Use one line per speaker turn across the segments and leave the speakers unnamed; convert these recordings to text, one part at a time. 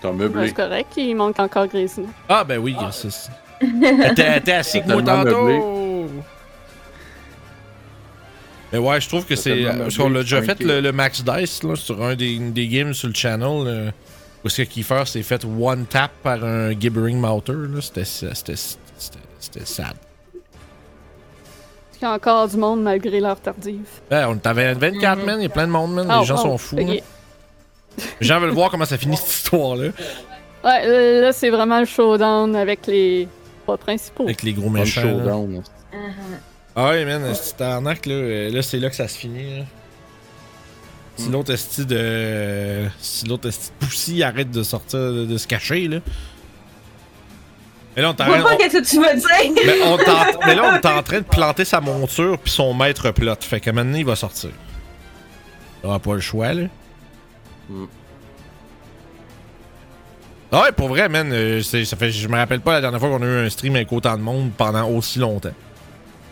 T'as
Ouais,
meublé.
c'est correct, il manque encore Grayson.
Ah, ben oui, c'est ça. T'es t'es assis que moi
Totalement
tantôt. Mais ouais, je trouve que c'est. euh,
Totalement
Parce qu'on l'a déjà
meublé,
fait le, le max dice là, sur un des, une des games sur le channel. là, où est-ce que Kiefer s'est fait one tap par un Gibbering Mouter. là, C'était c'était- c'était- c'était sad.
Il y a encore du monde malgré l'heure tardive.
Ben, on t'avait 24, man. Il y a plein de monde, man.
Ah,
les gens
oh,
sont fous. hein.
ok.
là. Les gens veulent voir comment ça finit cette histoire-là.
Ouais, euh, là, là, c'est vraiment le showdown avec les trois principaux.
Avec les gros
Comme
méchants. là.
showdown.
Ah ouais, man, c'est tarnac, là. euh, Là, c'est là que ça se finit, là.
Hmm.
Si l'autre esti de. Si l'autre esti de poussi arrête de sortir, de, de se cacher, là. Mais là, on
Je vois
t'arrête.
pas qu'est-ce que tu veux dire.
Mais, on t'en- mais là, on est en train de planter sa monture puis son maître plot. Fait que maintenant, il va sortir. On pas le choix, là.
Hmm.
Mm.
Ah ouais, pour vrai, man. euh, c'est- ça fait, je me rappelle pas la dernière fois qu'on a eu un stream avec autant de monde pendant aussi longtemps.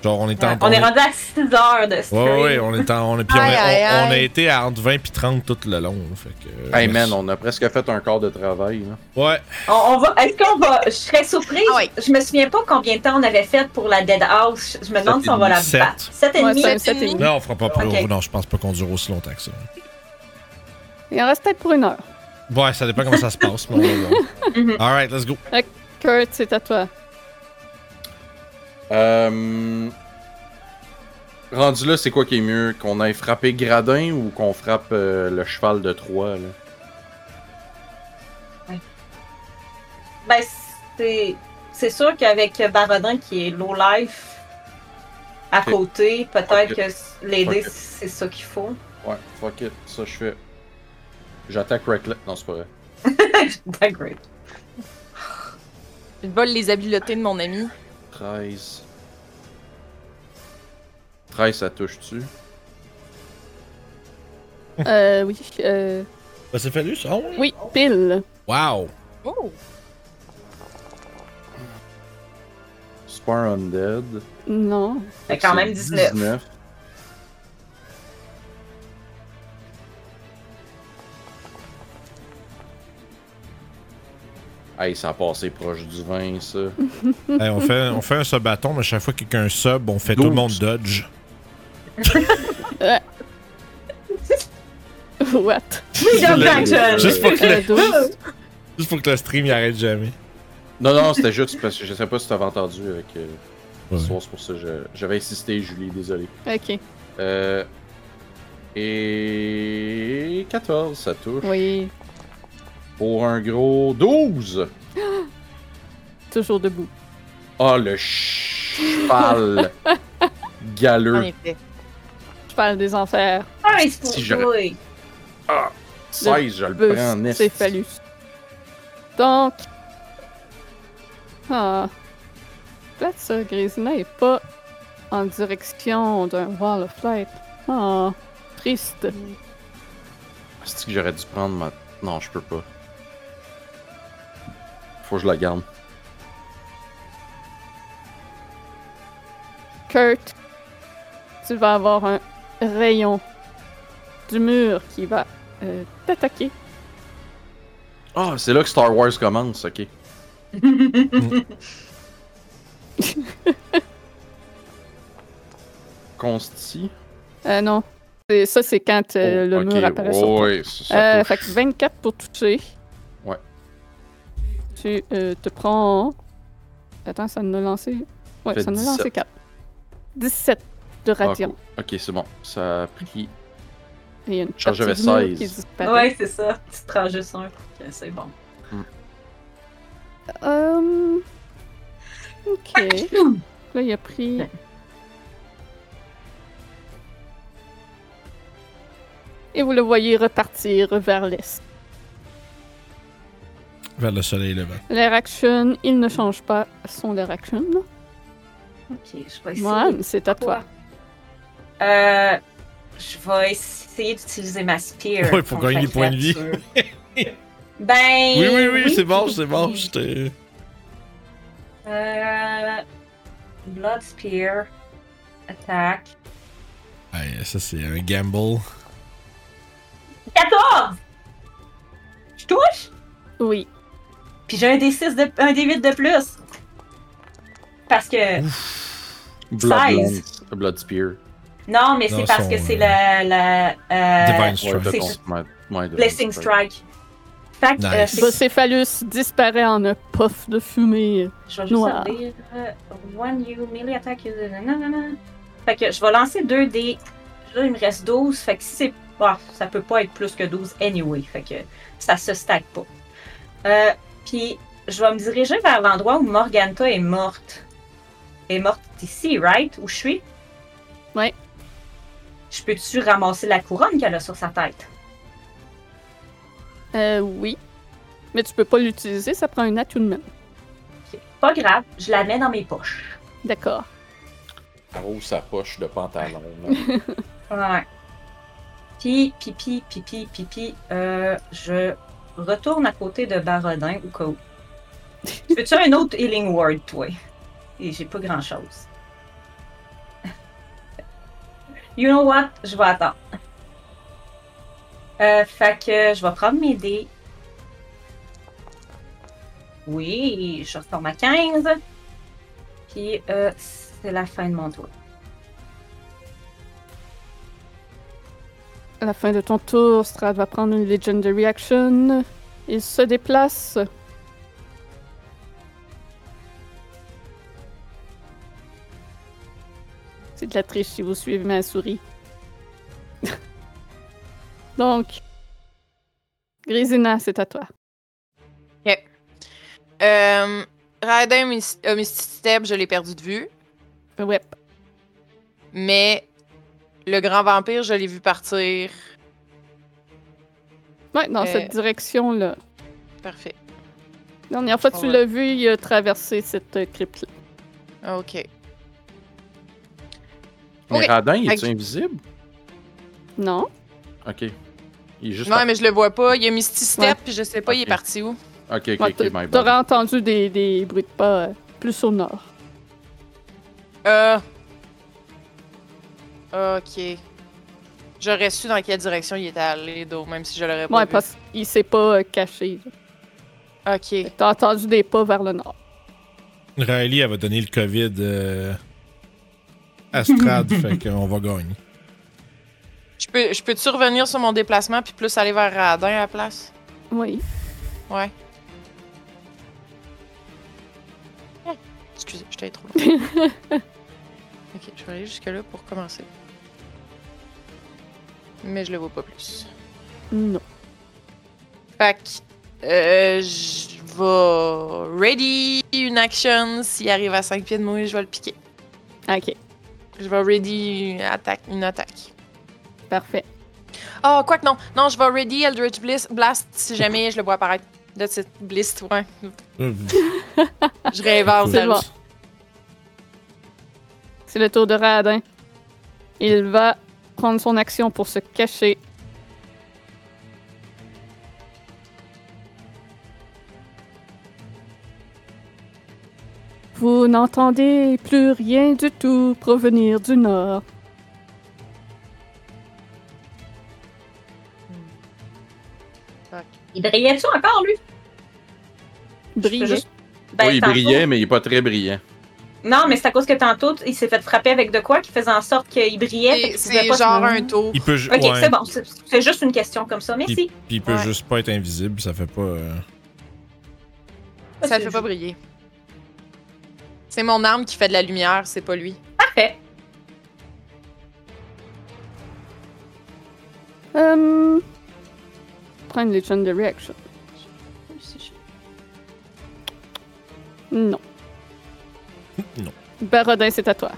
Genre, on est en.
On est rendu à 6 heures de stream.
Ouais, ouais, on est en. On, est- puis on,
Aïe,
a-
aïe,
on- on a
aïe.
été à entre 20 puis 30 tout le long. Fait que, euh,
Hey man, on a presque fait un quart de travail. Là.
Ouais.
On, on va. Est-ce qu'on va. Je serais surprise.
Ah oui.
Je me souviens pas combien de temps on avait fait pour la Dead House. Je me demande si on va la
Sept.
battre. 7 et
Ouais,
demi.
c'est un sept et demi.
Non, on fera pas plus.
Ok.
Non, je pense pas qu'on dure aussi longtemps que ça.
Il en reste peut-être pour une heure.
Ouais, ça dépend comment ça se passe, mais on va
Mhm.
voir. Alright, let's go.
Kurt, c'est à toi.
Euh, Rendu là, c'est quoi qui est mieux Qu'on aille frapper Gradin ou qu'on frappe euh, le cheval de Troie là?
Ben, c'est. C'est sûr qu'avec Barodin qui est low life à
Ok.
côté, peut-être
Ok.
que s- l'aider,
Ok.
c'est ça qu'il faut.
Ouais, fuck it, ça je fais. J'attaque Reckless. Non, c'est pas vrai.
Downgrade.
Je vole les habiletés de mon ami.
13. 13, ça touche-tu
Euh, oui, euh,
Bah, c'est Phallus. Oh, ouais.
oui, pile.
Wow.
Oh!
C'est pas un undead.
Non.
Fait quand
C'est
même 19.
Hey, ça a passé proche du 20, ça.
Hey, on, fait, on fait un sub bâton, mais chaque fois qu'il y a un sub, on fait tout le monde dodge.
What?
Freedom
Le-
Faction.
Juste pour que
Euh,
le,
douze.
juste pour que le stream il arrête jamais.
Non, non, c'était juste parce que je sais pas si t'avais entendu avec euh,
Ouais.
l'histoire, c'est pour ça que je- j'avais insisté, Julie, désolé.
Ok,
Euh, et 14, ça touche.
oui,
Pour un gros 12!
toujours debout.
Ah, le cheval
En
galeux.
effet.
Je parle des enfers.
Ah, il se
Si
poursuit.
j'aurais- 16, je le
Bus,
prends en est.
Bah, c'est fallu. Donc. Ah. Peut-être ça, Grésina est pas en direction d'un Wall of Light. Ah. Triste.
cest que j'aurais dû prendre ma... Non, je peux pas. Faut que je la garde.
Kurt, tu vas avoir un rayon du mur qui va euh, t'attaquer.
Ah, c'est là que Star Wars commence, ok. Consti.
Euh, non. C'est- Ça, c'est quand euh,
Oh,
le
ok,
mur apparaît sur toi.
ouais, ça, ça
Euh,
touche.
fait que 24 pour toucher.
Ouais.
Tu euh, te prends. Attends, ça nous a lancé. Ouais,
Fait
ça nous a
17.
lancé 4. 17 de
Ah,
radiant.
cool. Ok, c'est bon. Ça a pris.
Et il y a une
Genre, j'avais
partie du mur
16.
qui disparaît.
Ouais, c'est ça. Tu te prends juste un. Ok, C'est bon.
Hum, Ok. Là, il a pris.
Ouais.
Et vous le voyez repartir vers l'est.
Vers le soleil levant.
L'air action, il ne change pas son l'air action.
Ok, je vais essayer.
Mohan, c'est à toi.
Euh, je vais essayer d'utiliser ma spear.
Ouais, pour
contre
gagner
la
des points de vie.
créature. ben.
Oui, oui, oui, c'est bon, c'est bon. j'étais-
Euh, Blood spear. Attack.
Hey, ça, c'est un gamble.
14! Je touche?
Oui.
Puis j'ai un des 6 de, un des 8 de plus. Parce que.
Bloodlines, Blood Spear.
Non, mais c'est
Non,
parce
son,
que c'est
euh,
la. la euh,
Divine
Ouais,
Strike.
de
C'est
ton-
juste-
ouais, ouais, de
Blessing
ton-
Strike. Fait que euh,
Nice.
c'est-
Bocéphalus disparaît en un puff de fumée.
Je vais juste
Noir.
dire euh, One you melee attack you. nanana. Fait que je vais lancer 2 dés. Là, il me reste 12. Fait que si c'est. Ah, ça peut pas être plus que 12 anyway. Fait que ça se stack pas. Euh, Puis je vais me diriger vers l'endroit où Morganta est morte. Elle est morte ici, right? Où je suis?
Ouais.
Je peux-tu ramasser la couronne qu'elle a sur sa tête?
Euh, oui. Mais tu peux pas l'utiliser, ça prend un attunement.
Ok. Pas grave, je la mets dans mes poches.
D'accord.
Gros, sa poche de pantalon.
Ouais. Puis, puis, puis, puis, puis, puis, puis, euh, je retourne à côté de Barodin au cas où. Tu Veux-tu un autre Healing Word, toi? Et j'ai pas grand-chose. You know what? Je vais attendre. Euh, fait que je vais prendre mes dés. Oui, je retourne à 15. Puis, euh, c'est la fin de mon tour.
À la fin de ton tour, Strad va prendre une Legendary Action. Il se déplace. C'est de la triche si vous suivez ma souris. Donc, Grisina, c'est à toi.
Euh, Raiden Mys- euh, Misty Step, je l'ai perdu de vue.
Ouais,
Mais le grand vampire, je l'ai vu partir.
ouais dans
Euh.
cette direction-là.
Parfait.
La dernière fois que tu
Ah
Ouais.
l'as vu, il a traversé cette euh, crypte-là.
Ok.
Mais
Ok.
Radin, il est
Ok.
invisible?
Non?
Ok. Il est juste.
Non, mais je le vois pas. Il y a Misty
Ouais.
Step, puis je sais pas, il est
Ok.
parti où.
Ok, ok,
Ouais,
ok, my
t'a-
bad.
T'auras entendu des, des bruits de pas euh, plus au nord.
Ah
Euh. Ok. J'aurais su dans quelle direction il était allé, donc, même si je l'aurais pas
Ouais,
vu.
parce qu'il s'est pas euh, caché. là.
Ok.
T'as entendu des pas vers le nord.
Riley, elle va donner le COVID euh, à Strad, fait qu'on va gagner.
Je peux, je peux-tu revenir sur mon déplacement, puis plus aller vers Radin à la place?
Oui.
Ouais. Ah, Excusez, j'étais trop loin. ok, je vais aller jusque-là pour commencer. Mais je le vois pas plus.
Non.
Fait que, euh, je vais. Ready, une action. S'il arrive à 5 pieds de moi, je vais le piquer.
Ok,
Je vais ready, une attaque. Une attaque.
parfait.
Ah, quoi que non. Non, je vais ready Eldritch Bliss, Blast si jamais je le vois apparaître. De cette Bliss, ouais.
Euh,
Je réinvente
Ah, C'est
la
bon. C'est le tour de Radin. Il va prendre son action pour se cacher. Vous n'entendez plus rien du tout provenir du nord.
Il brillait-tu encore, lui?
Brillez.
Je peux juste- Ben,
oui, Oh, il
tantôt-
brillait, mais il est pas très brillant.
Non, mais c'est à cause que tantôt, il s'est fait frapper avec de quoi qui faisait en sorte qu'il brillait. fait
C'est
qu'il pouvait
c'est
pas
genre
se
un
montrer.
tour.
Il peut, ju-
Ok,
ouais,
c'est bon, c'est c'est juste une question comme ça, merci.
Puis, puis il peut
Ouais.
juste pas être invisible, ça fait pas. euh,
Ça le fait pas briller. C'est mon arme qui fait de la lumière, c'est pas lui.
Parfait.
Euh... Prends une Legendary Action. Non.
Non.
Barodin, c'est à toi.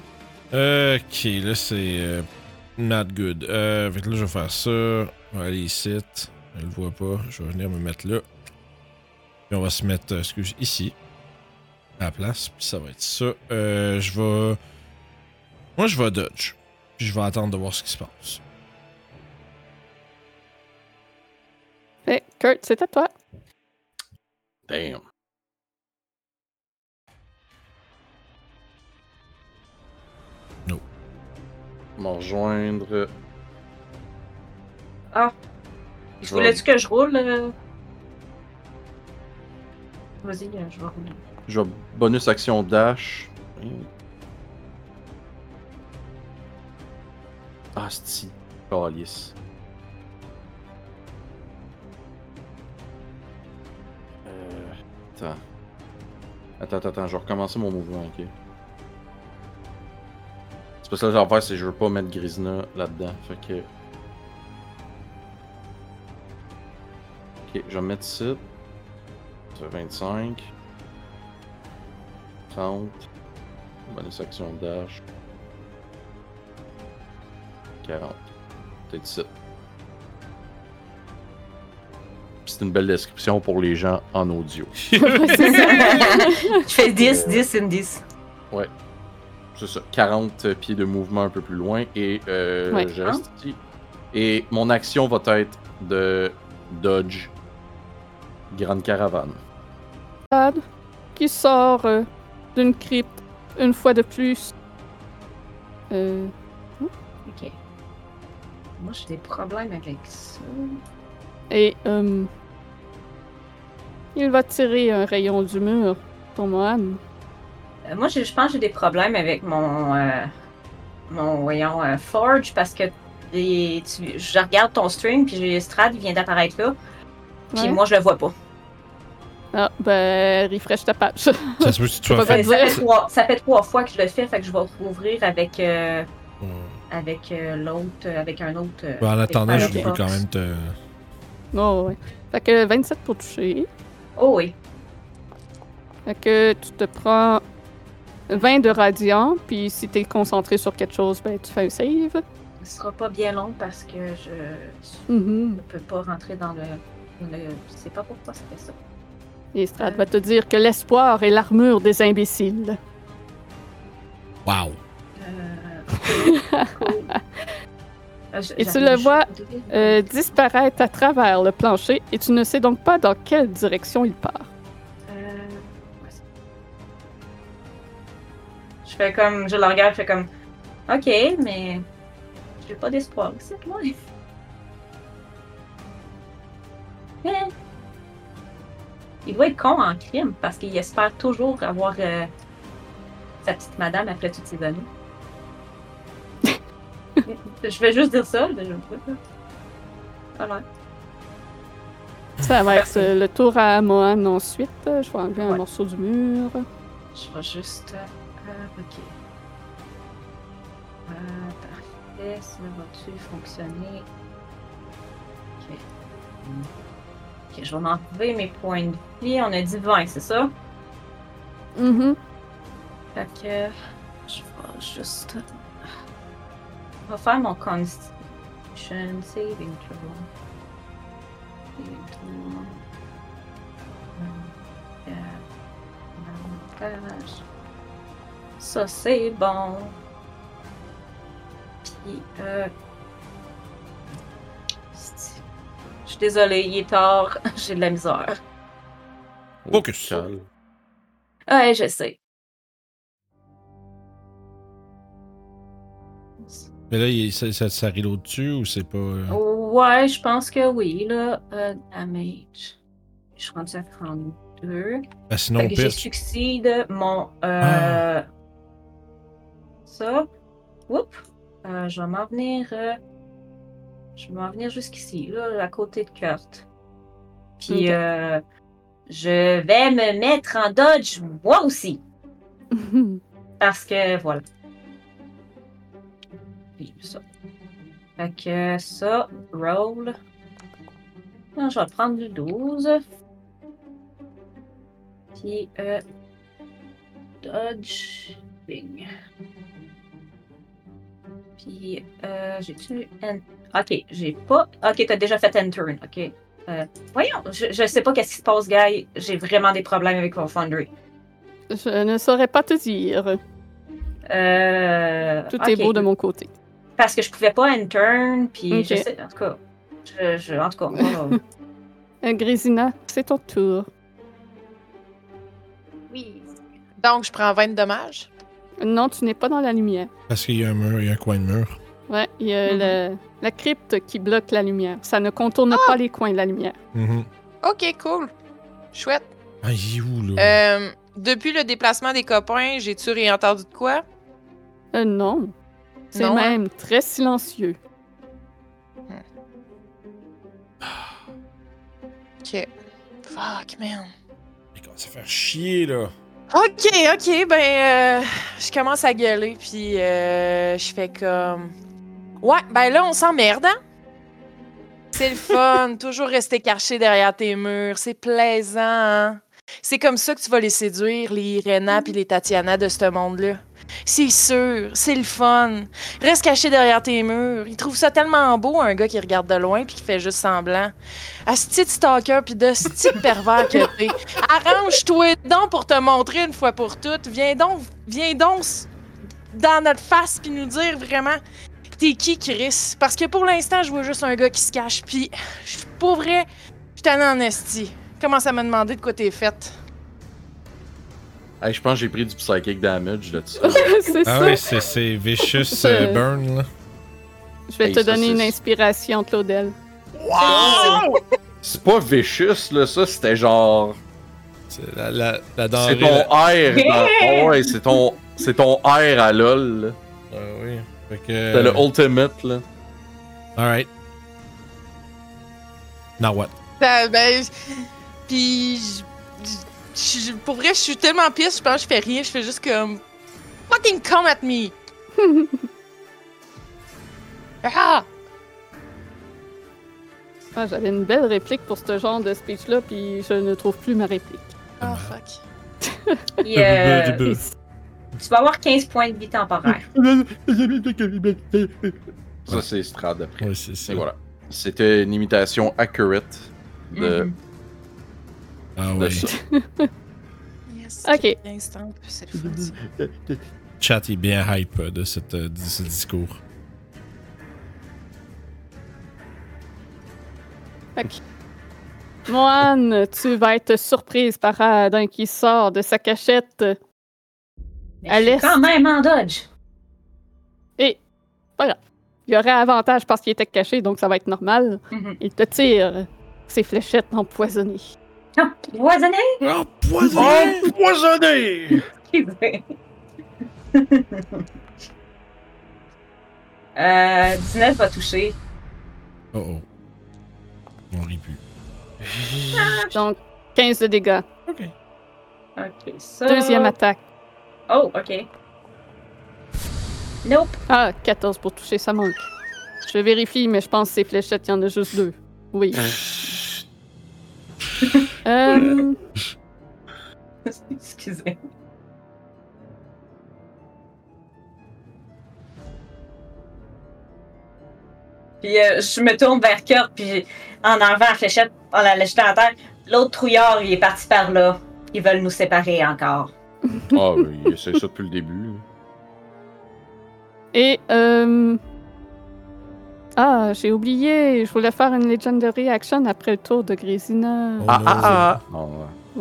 Ok, là c'est euh, not good. Euh, fait que là je vais faire ça. On va aller ici. Elle le voit pas. Je vais venir me mettre là. Puis on va se mettre, euh, excuse, ici. À la place. Puis ça va être ça. Euh, je vais. Moi je vais dodge. Puis je vais attendre de voir ce qui se passe.
Fait, Kurt, c'est à toi.
Damn.
No.
M'en rejoindre.
Ah.
Je
Voulais-tu que je roule? euh? Vas-y, euh, je vais rouler.
Je vais bonus action dash. Ah, c'ti. Calice. Euh, Attends. Attends, attends, attends, je vais recommencer mon mouvement, ok. C'est parce que là, j'ai faire, c'est que je veux pas mettre Grisina là-dedans. Fait que. Ok, je vais mettre ça. Ça fait 25. 30. Bonus action dash. 40. Peut-être ça. C'est une belle description pour les gens en audio.
C'est ça.
Je fais 10, 10 and 10.
C'est ça. 40 pieds de mouvement un peu plus loin et euh,
Ouais.
je reste ici. Et mon action va être de dodge. Grande caravane.
Tad, qui sort euh, d'une crypte une fois de plus. Euh,
Ok. Moi, j'ai des problèmes avec ça.
et euh, il va tirer un rayon du mur pour Mohan.
Euh, moi, j'ai- je pense que j'ai des problèmes avec mon. euh, mon, voyons, euh, Forge parce que. les- tu- je regarde ton stream, puis j'ai Strad qui vient d'apparaître là, puis
Ouais.
moi je le vois pas.
Ah, ben, refresh ta page.
Ça se peut que tu te
Pas
sois
Ça,
fait.
vrai.
ça
dire.
fait trois, ça fait trois fois que je le fais, fait que je vais rouvrir avec, euh,
Ouais.
avec euh, l'autre, euh, avec un autre. euh,
Bah, en attendant, je
avec
peux
Firefox.
quand même te.
Oh, ouais. Fait que 27 pour toucher.
Oh oui.
Fait que tu te prends 20 de radiant, puis si t'es concentré sur quelque chose, ben tu fais un save.
Ce sera pas bien long parce que je
Mhm.
ne peux pas rentrer dans le. le- je sais pas pourquoi ça fait ça.
Et Strad va te dire que l'espoir est l'armure des imbéciles.
Wow!
Euh, cool. Euh, je-
Et tu
j'arrive
le
juste
vois,
à ouvrir.
euh, disparaître à travers le plancher et tu ne sais donc pas dans quelle direction il part.
Euh, Je fais comme. Je le regarde, je fais comme. Ok, mais. J'ai pas d'espoir. C'est moi. Eh. Il doit être con en crime parce qu'il espère toujours avoir euh, sa petite madame après toutes ces années. je vais juste dire ça. mais je- Voilà.
Ça va être
Merci.
euh, le tour à Mohan ensuite. Euh, Je vais enlever un
Ouais.
morceau du mur.
Je vais juste. euh, ok. Euh, parfait, ça va-tu fonctionner? Ok. Hmm. Ok, je vais m'enlever mes points de vie. On a dit 20, c'est ça? Mm-hmm.
Mhm.
Fait que. Je vais juste. Je vais faire mon Constitution Saving Throw. Saving throw. Euh, euh, avantage. Ça, c'est bon. Puis, euh. c'est- Je suis désolée, il est tard. J'ai de la misère.
Focus.
Cal.
Ouais, je sais.
Mais là, il- ça, ça, ça reload dessus ou c'est pas. euh,
Ouais, je pense que oui, là. Euh, damage. Je suis rendue à 32.
bah, sinon,
Fait
au
que j'ai
pire, tu-
succide mon. Euh, Ça. Oups. Euh, je vais m'en venir. euh, Je vais m'en venir jusqu'ici, là, à côté de Kurt. Puis,
Ok.
euh, je vais me mettre en dodge, moi aussi.
Mhm.
Parce que, voilà. Puis, ça. Fait que ça, roll. Non, je vais prendre le 12. Puis, euh, dodge, bing. Puis, euh, j'ai-tu... en- Ok, j'ai pas... Ok, t'as déjà fait end turn, ok. Euh, voyons, je, je sais pas qu'est-ce qui se passe, Guy. J'ai vraiment des problèmes avec mon Foundry.
Je ne saurais pas te dire.
Euh,
Tout est
ok.
beau de mon côté.
parce que je pouvais pas end turn, puis
Ok.
je sais, en tout cas, je, je- en tout cas, oh.
Euh, Grésina, c'est ton tour.
Oui. Donc, je prends 20 de dommages.
Non, tu n'es pas dans la lumière.
parce qu'il y a un mur, il y a un coin de mur.
Ouais, il y a
Mhm.
la- la crypte qui
Mm-hmm.
bloque la lumière. Ça ne contourne pas les coins de la lumière.
Mhm.
Ok, cool. Chouette.
Ah, il est où, là?
Euh, depuis le déplacement des copains, j'ai-tu réentendu de quoi?
Euh, non. C'est
Non, hein?
même très silencieux.
Ok. Fuck, man.
Il commence à faire chier, là.
Ok, ok, ben, euh, je commence à gueuler, puis euh, je fais comme. Ouais, ben là, on s'emmerde, hein? C'est le fun, toujours rester caché derrière tes murs, c'est plaisant, hein? C'est comme ça que tu vas les séduire, les Irena puis les Tatiana de ce monde-là. C'est sûr, c'est le fun. Reste caché derrière tes murs. Ils trouvent ça tellement beau, un gars qui regarde de loin puis qui fait juste semblant. Asti de stalker puis de sti de pervers que t'es. Arrange-toi donc pour te montrer une fois pour toutes. Viens donc, viens donc s- dans notre face puis nous dire vraiment t'es qui, Chris. Parce que pour l'instant, je vois juste un gars qui se cache. Puis, je- pour vrai, je suis allée en esti. Commence à me demander de quoi t'es faite.
Hey, je pense que j'ai pris du psychic damage de ça.
c'est
Ah
ça.
ouais, c'est- c'est Vicious euh, Burn, là.
Je vais
Hey,
te
ça,
donner
c'est-
une inspiration, Claudel.
C'est pas vicious, là, ça, c'était genre.
C'est la, la, la denrée.
C'est ton
la-
air.
Yeah!
dans- oh ouais, c'est ton. C'est ton air à LOL. là.
Ah oui. Fait que. euh,
C'était le ultimate, là.
Alright. Now what?
Ben, ben, je- puis, je- je- je- pour vrai, je suis tellement pisse, je pense que je fais rien. Je fais juste comme. Fucking come at me! ah!
Ah, J'avais une belle réplique pour ce genre de speech-là, puis je ne trouve plus ma réplique.
Ah, fuck.
Puis, euh,
Beu, beu, beu.
tu vas avoir 15 points de vie temporaire.
Ça, c'est Strad après.
Oui, c'est ça.
Et voilà. C'était une imitation accurate de.
Mhm.
Ah
de
ouais.
ça.
Yes,
Ok.
c'est bien, c'est un peu- c'est le fun, ça.
Chat est bien hype euh, de, cette, euh, de ce discours.
Moine, tu vas être surprise par Adam qui sort de sa cachette.
Mais je suis
Alice.
Quand même en dodge.
Et voilà. Il y aurait avantage parce qu'il était caché, donc ça va être normal.
Mhm.
Il te tire ses fléchettes empoisonnées.
Ah, Empoisonné?
Oh, poison!
Empoisonné!
euh, 19 va toucher.
Oh oh. On rit plus.
Donc, 15 de dégâts.
Ok, ça.
Deuxième attaque.
Oh, ok. Nope.
Ah, 14 pour toucher, ça manque. Je vérifie, mais je pense que ces fléchettes, il y en a juste deux. Oui. Euh,
Excusez. Puis euh, je me tourne vers Kurt, puis en enlevant la fléchette, en la jetant à terre, l'autre trouillard, il est parti par là. Ils veulent nous séparer encore.
Ah oui, c'est ça depuis le début.
et. Euh... Ah, j'ai oublié. Je voulais faire une Legendary Action après le tour de Grésina.
Oh,
Ah
non,
ah ah!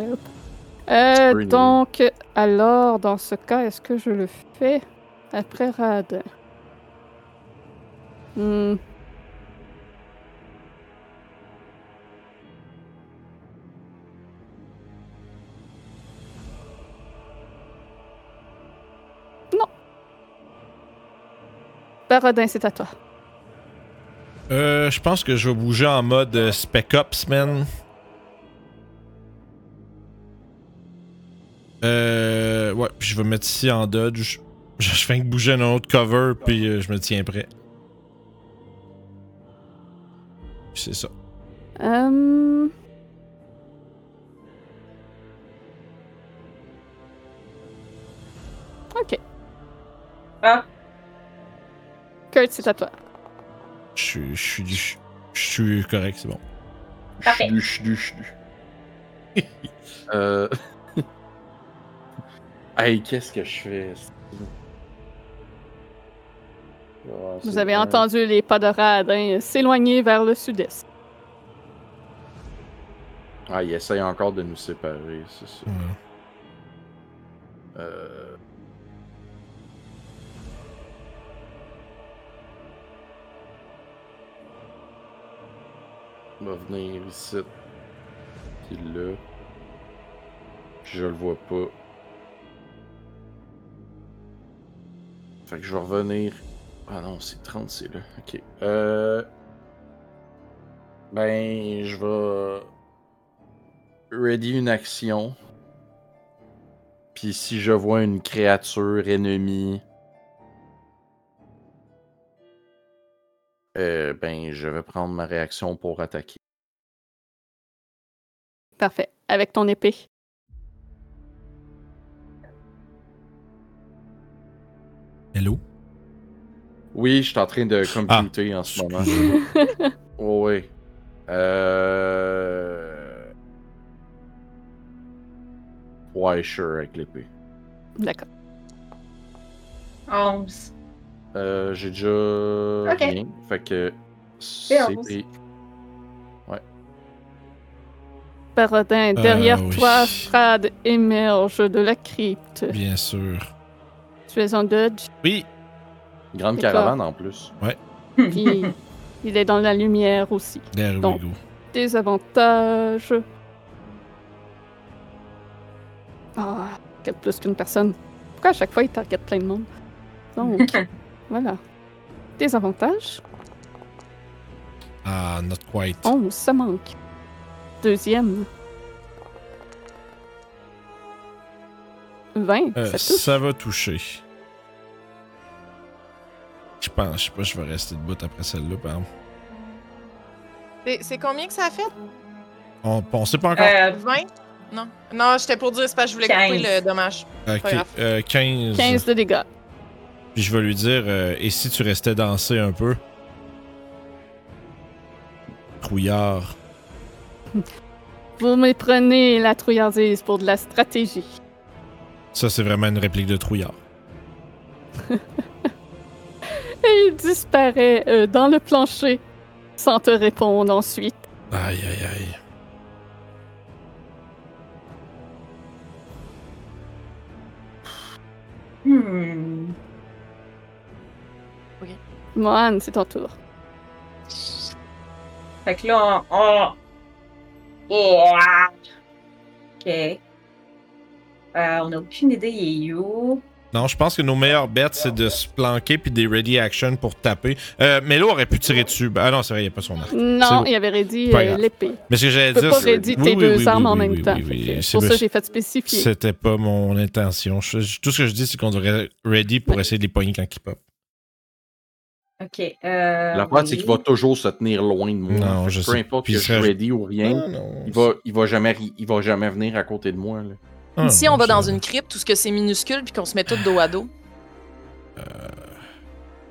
Euh,
Oui, oui.
donc, alors, dans ce cas, est-ce que je le fais après Rad? Hmm. Non. Baradin, c'est à toi.
c'est- Euh, je pense que je vais bouger en mode euh, Spec Ops, man. Euh, ouais, puis je vais mettre ici en dodge. Je, je fais que bouger un autre cover, puis euh, je me tiens prêt. Puis C'est ça.
Hum. Ok.
Ah.
Kurt, c'est à toi.
Je suis- je suis. Je je suis correct, c'est bon.
Parfait.
Chdu, chdu, chdu. Euh. hey, qu'est-ce que je fais? Oh,
Vous
c'est
avez
un-
entendu les pas de Radin s'éloigner vers le sud-est.
Ah, il essaye encore de nous séparer, c'est ça.
Ouais.
Euh... On va venir ici. Puis là. Puis je le vois pas. Fait que je vais revenir. Ah non, c'est 30, c'est là. Ok. Euh. Ben, je vais. Ready une action. Puis si je vois une créature ennemie. Euh, ben, je vais prendre ma réaction pour attaquer.
Parfait. Avec ton épée.
Hello?
Oui, je suis en train de
Ah.
computer en ce moment. Oh, ouais. Euh... Ouais, sure, avec l'épée.
D'accord.
11.
Euh, j'ai déjà
Ok.
rien. Fait que c'est
on
pris.
Parodin,
Euh,
derrière
oui.
toi, Strad émerge de la crypte.
Bien sûr.
Tu es en dodge.
Oui,
grande
Et
caravane en plus.
Hmm.
puis il est dans la lumière aussi.
there we
Donc.
go.
Des avantages. Ah, quel plus qu'une personne. Pourquoi à chaque fois il target plein de monde? Donc, voilà. Des avantages.
Ah, not quite.
11, ça manque. Deuxième. 20,
Euh,
ça touche.
ça va toucher. Je pense, je sais pas, je vais rester debout après celle-là, par exemple.
C'est- C'est combien que ça a fait?
On, on sait pas encore.
Euh,
20? Non. Non, j'étais pour dire, c'est parce que je voulais couper
15.
le dommage.
ok,
pas grave.
euh, 15.
15 de dégâts.
Puis je vais lui dire, euh, et si tu restais danser un peu? Trouillard.
Vous méprenez la trouillardise pour de la stratégie.
Ça, c'est vraiment une réplique de trouillard.
Et il disparaît euh, dans le plancher sans te répondre ensuite.
Aïe, aïe, aïe.
hmm.
Mohan, c'est ton tour.
Fait que là, on. on- Ouah. Ok. Euh, on a aucune idée, il est où?
Non, je pense que nos meilleures bêtes, c'est de se planquer puis des ready action pour taper. Euh, Melo aurait pu tirer dessus. Ah non, c'est vrai, il n'y a pas son arc.
Non,
bon.
il avait redit
Pas
euh,
grave.
l'épée.
Mais ce que j'allais
Je peux
dire,
pas
c'est-
redire
Oui,
tes
oui,
deux
oui,
armes
oui,
en
oui,
même
oui,
temps.
oui, oui.
Fait que
C'est
Pour
bien
ça,
sûr.
j'ai fait spécifier.
C'était pas mon intention. Je- je- tout ce que je dis, c'est qu'on devrait ready pour
Ouais.
essayer de les pogner quand ils pop.
Ok. Euh,
La part,
oui.
c'est qu'il va toujours se tenir loin de moi.
Non,
Fait que
je
peu
sais.
importe
Puis
que
il
je
serait-
suis ready ou rien, il va, il, va jamais, ri- il va jamais venir à côté de moi. là.
Ah,
Ici, on va
ça-
dans une crypte, tout ce que c'est minuscule, puis qu'on se met tout dos à dos.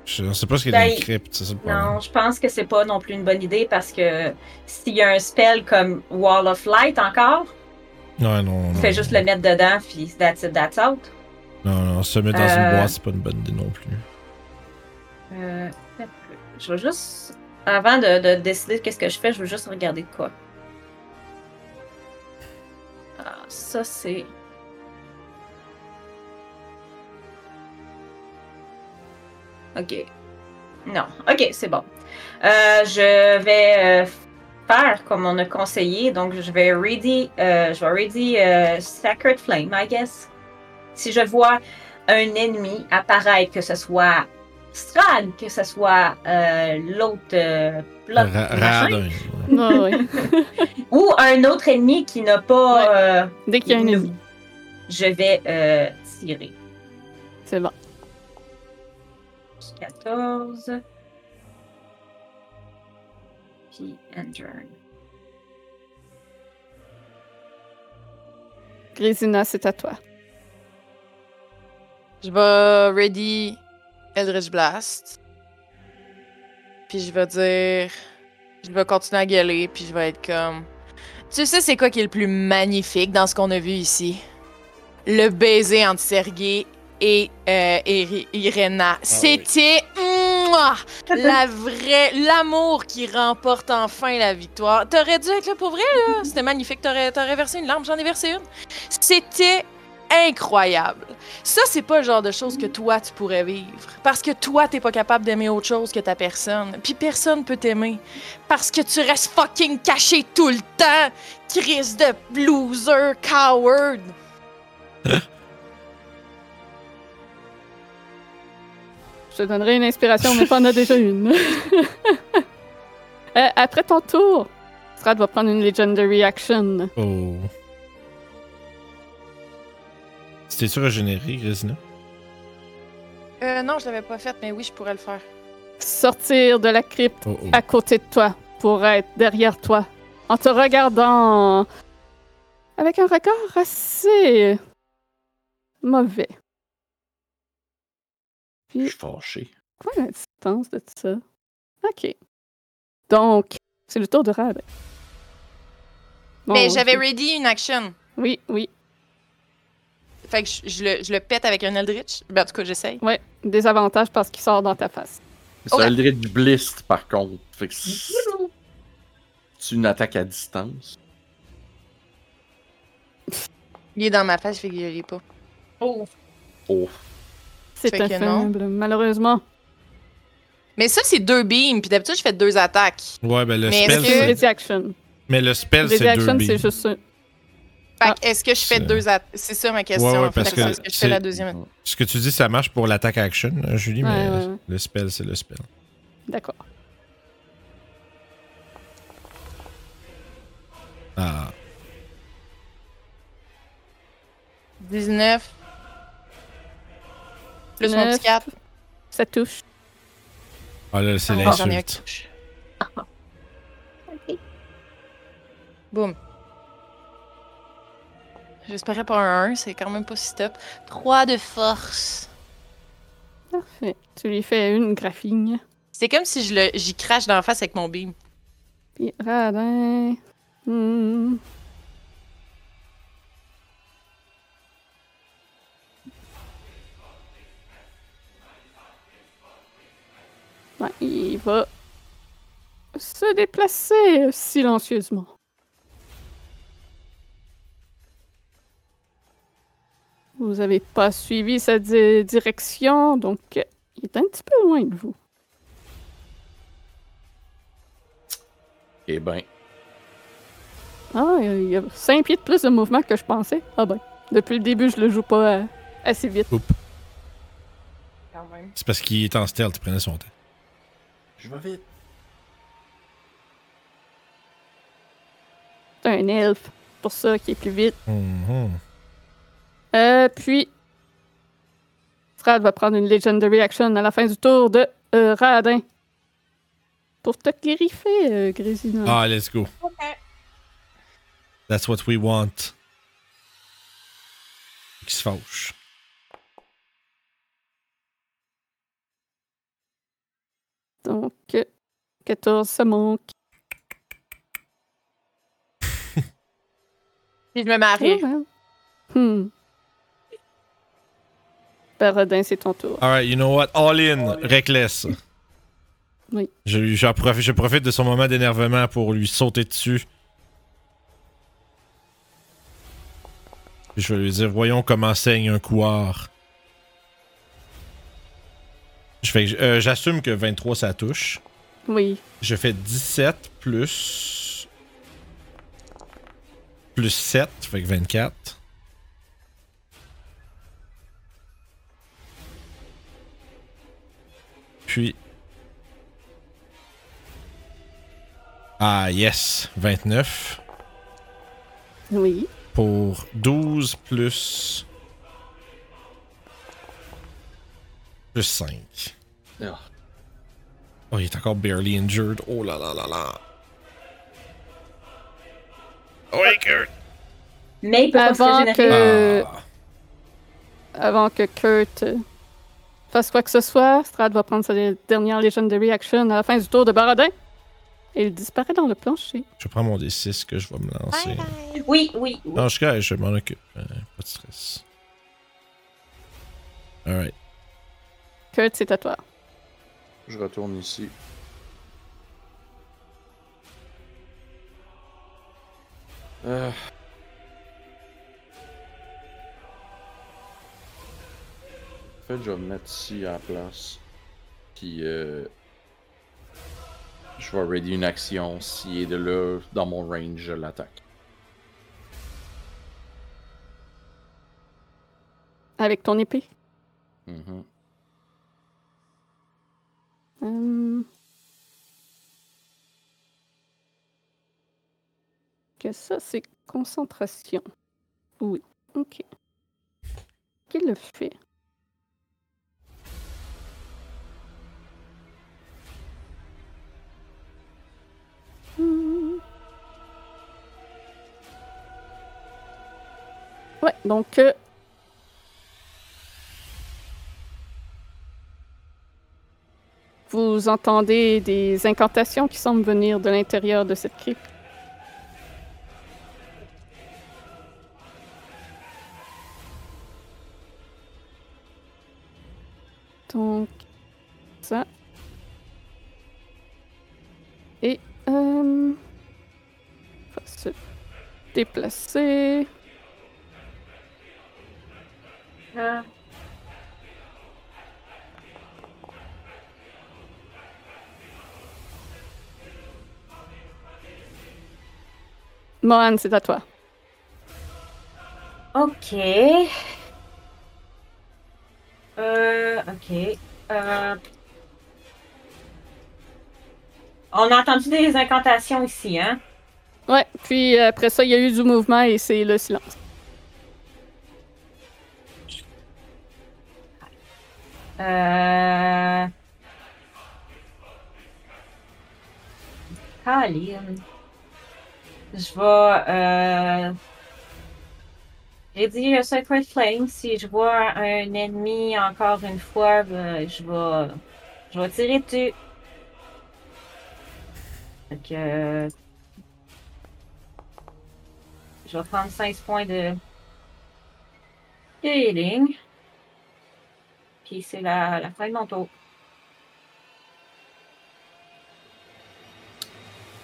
Je ne sais pas ce qu'il y a dans
Ben,
une crypte. c'est ça le problème.
Non, je pense que c'est pas non plus une bonne idée parce que s'il y a un spell comme Wall of Light encore,
Ouais, non, non.
tu fais juste le mettre dedans, puis that's it, that's out.
Non, non, se mettre dans une
Euh,
boîte, c'est pas une bonne idée non plus.
Euh, je veux juste. Avant de, de décider qu'est-ce que je fais, je veux juste regarder de quoi. Ah, ça, c'est. Ok. Non. Ok, c'est bon. Euh, je vais euh, faire comme on a conseillé. Donc, je vais ready. euh, je vais ready euh, Sacred Flame, I guess. Si je vois un ennemi apparaître, que ce soit Strad, que ce soit euh, l'autre euh, bloc
Ra-
machin,
radin, ouais.
Ouais, ouais.
ou un autre ennemi qui n'a pas. euh,
Dès qu'il y a un
nous,
ennemi,
Je vais euh, tirer.
c'est bon.
14. Puis enter.
Grisina, c'est à toi.
Je vais ready Eldritch Blast. Puis je vais dire. Je vais continuer à gueuler, puis je vais être comme. Tu sais, c'est quoi qui est le plus magnifique dans ce qu'on a vu ici? Le baiser entre Sergei et, euh, Iri- Irena. C'était. mouah, la vraie. L'amour qui remporte enfin la victoire. T'aurais dû être là pour vrai, là. C'était magnifique. T'aurais, t'aurais versé une larme, j'en ai versé une. C'était incroyable. Ça, c'est pas le genre de choses que toi, tu pourrais vivre. Parce que toi, t'es pas capable d'aimer autre chose que ta personne. Puis personne peut t'aimer. Parce que tu restes fucking caché tout le temps. Crise de loser, coward.
Je te donnerai une inspiration, mais pas en a déjà une. Euh, après ton tour, Strad va prendre une Legendary Action.
Oh. C'était-tu régénéré, Grésina?
Euh, non, je l'avais pas faite, mais oui, je pourrais le faire.
Sortir de la crypte
Oh oh.
à côté de toi pour être derrière toi en te regardant avec un regard assez mauvais.
Je suis fâché.
Quoi la distance de ça? Ok. Donc, c'est le tour de Rad. Bon,
mais Ben, j'avais
ok.
ready une action.
Oui, oui.
Fait que je, je le, je le pète avec un Eldritch. Ben, en tout cas, j'essaye.
Ouais, des avantages parce qu'il sort dans ta face.
C'est
Ouais.
un Eldritch Blist, par contre. Fait que c'est
Mm.
c'est une attaque à distance.
Il est dans ma face, fait que je l'ai pas.
Oh,
Oh.
C'est
Fait
un
que non.
faible, malheureusement.
Mais ça, c'est deux beams, puis d'habitude, je fais deux attaques.
Ouais, ben le
Mais est-ce
spell,
que-
c'est-
Ready action.
mais le spell,
Ready
c'est deux
action,
beams.
c'est juste un-
Fait
Ah.
que est-ce que je fais
Ça-
deux attaques? C'est ça ma question.
Ouais, ouais,
en fait.
parce
Fait
que
est-ce que je
c'est-
fais la deuxième
Ce que tu dis, ça marche pour l'attaque action, hein, Julie,
Ouais,
mais
ouais, ouais.
le spell, c'est le spell.
D'accord.
Ah.
19. Plus mon
Neuf.
petit 4.
Ça touche.
Ah là, c'est l'insulte.
Boum. J'espérais pas un 1, c'est quand même pas si top. 3 de force.
Parfait. Tu lui fais une graphigne.
C'est comme si je le- j'y crache dans la face avec mon beam.
Puis radin. Hmm. Ouais, Ben, il va se déplacer silencieusement. Vous n'avez pas suivi sa di- direction, donc euh, il est un petit peu loin de vous.
Eh ben,
Ah, il y a 5 pieds de plus de mouvement que je pensais. Ah ben, depuis le début, je le joue pas euh, assez vite.
Quand même.
C'est parce qu'il est en stealth, tu prenais son temps.
je vais vite.
C'est un elfe, pour ça qui est plus vite.
Mhm.
Euh, puis, Strad va prendre une Legendary Action à la fin du tour de euh, Radin. Pour te griffer, euh, Grésina.
Ah, let's go.
Ok.
That's what we want. Qui se fâche.
Donc, euh, 14, ça manque.
Puis je me marie.
Ah, ouais. Hmm. Ben, Radin, c'est ton tour.
Alright, you know what? All in, reckless.
Oui.
Je, j'en profi- je profite de son moment d'énervement pour lui sauter dessus. Puis Je vais lui dire, voyons comment saigne un couard. Je fais, euh, j'assume que 23 ça touche.
Oui.
Je fais 17 plus. Plus 7, fait que 24. Puis. Ah, yes, 29
Oui.
pour 12 plus. Plus 5.
Ah.
Oh, il est encore barely injured. Oh là là là là. Waker!
mais il peut pas
Avant
se régénérer.
que- Euh, avant que Kurt euh, fasse quoi que ce soit, Strad va prendre sa dernière Legendary Action à la fin du tour de Baradin. Et il disparaît dans le plancher.
Je prends mon D6 que je vais me lancer.
Oui, oui, oui.
Non, je suis correct, je m'en occupe. Euh, pas de stress. Alright.
Kurt, c'est à toi.
Je retourne ici. Euh. En fait, je vais me mettre ici à la place. Puis, euh, je vais ready une action. S'il est de là, dans mon range, je l'attaque.
avec ton épée.
Mhm.
Hum. Que ça, c'est concentration. Oui. Ok. Qui le fait? Hum. Ouais, donc euh, Vous entendez des incantations qui semblent venir de l'intérieur de cette crypte. Donc, ça. Et, euh, on va se déplacer.
Euh,
Mohan, c'est à toi.
Ok. Euh, ok. Euh, On a entendu des incantations ici, hein?
Ouais, puis après ça, il y a eu du mouvement et c'est le silence.
Euh... Colin. Je vais. Euh... J'ai dit un Sacred Flame. Si je vois un ennemi uh, encore une fois, ben, je vais. Je vais tirer dessus. Fait que. Je vais prendre 5 points de. Healing. Puis c'est la, la fin de mon tour.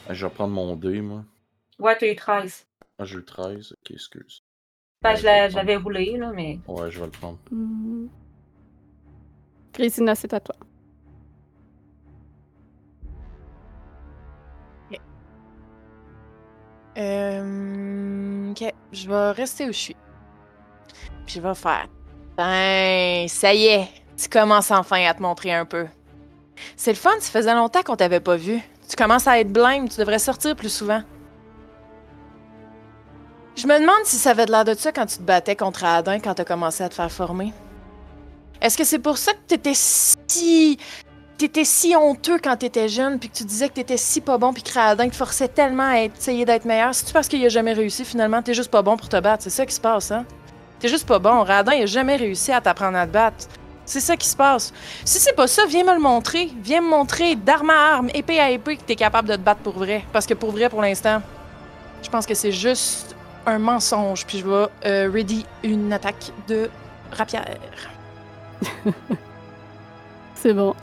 Ah, Je vais prendre mon dé, moi.
Ouais, t'as eu 13.
Ah, j'ai eu 13. Ok, excuse.
Ben,
Ouais,
je la-
je
je l'avais roulé, là, mais.
Ouais, je vais le prendre.
Hmm. Grésina, c'est à toi.
Euh, ok, je vais rester où je suis. Puis je vais faire. Ben, ça y est, tu commences enfin à te montrer un peu. C'est le fun, ça faisait longtemps qu'on t'avait pas vu. Tu commences à être blême, tu devrais sortir plus souvent. Je me demande si ça avait de l'air de ça quand tu te battais contre Adin quand t'as commencé à te faire former. Est-ce que c'est pour ça que t'étais si. T'étais si honteux quand t'étais jeune, puis que tu disais que t'étais si pas bon, puis que Radin te forçait tellement à être- essayer d'être meilleur. C'est-tu parce qu'il a jamais réussi finalement? T'es juste pas bon pour te battre. C'est ça qui se passe, hein? T'es juste pas bon. Radin, il a jamais réussi à t'apprendre à te battre. C'est ça qui se passe. Si c'est pas ça, viens me le montrer. Viens me montrer d'arme à arme, épée à épée, que t'es capable de te battre pour vrai. Parce que pour vrai, pour l'instant, je pense que c'est juste un mensonge. Puis je vais euh, ready une attaque de rapière.
C'est bon.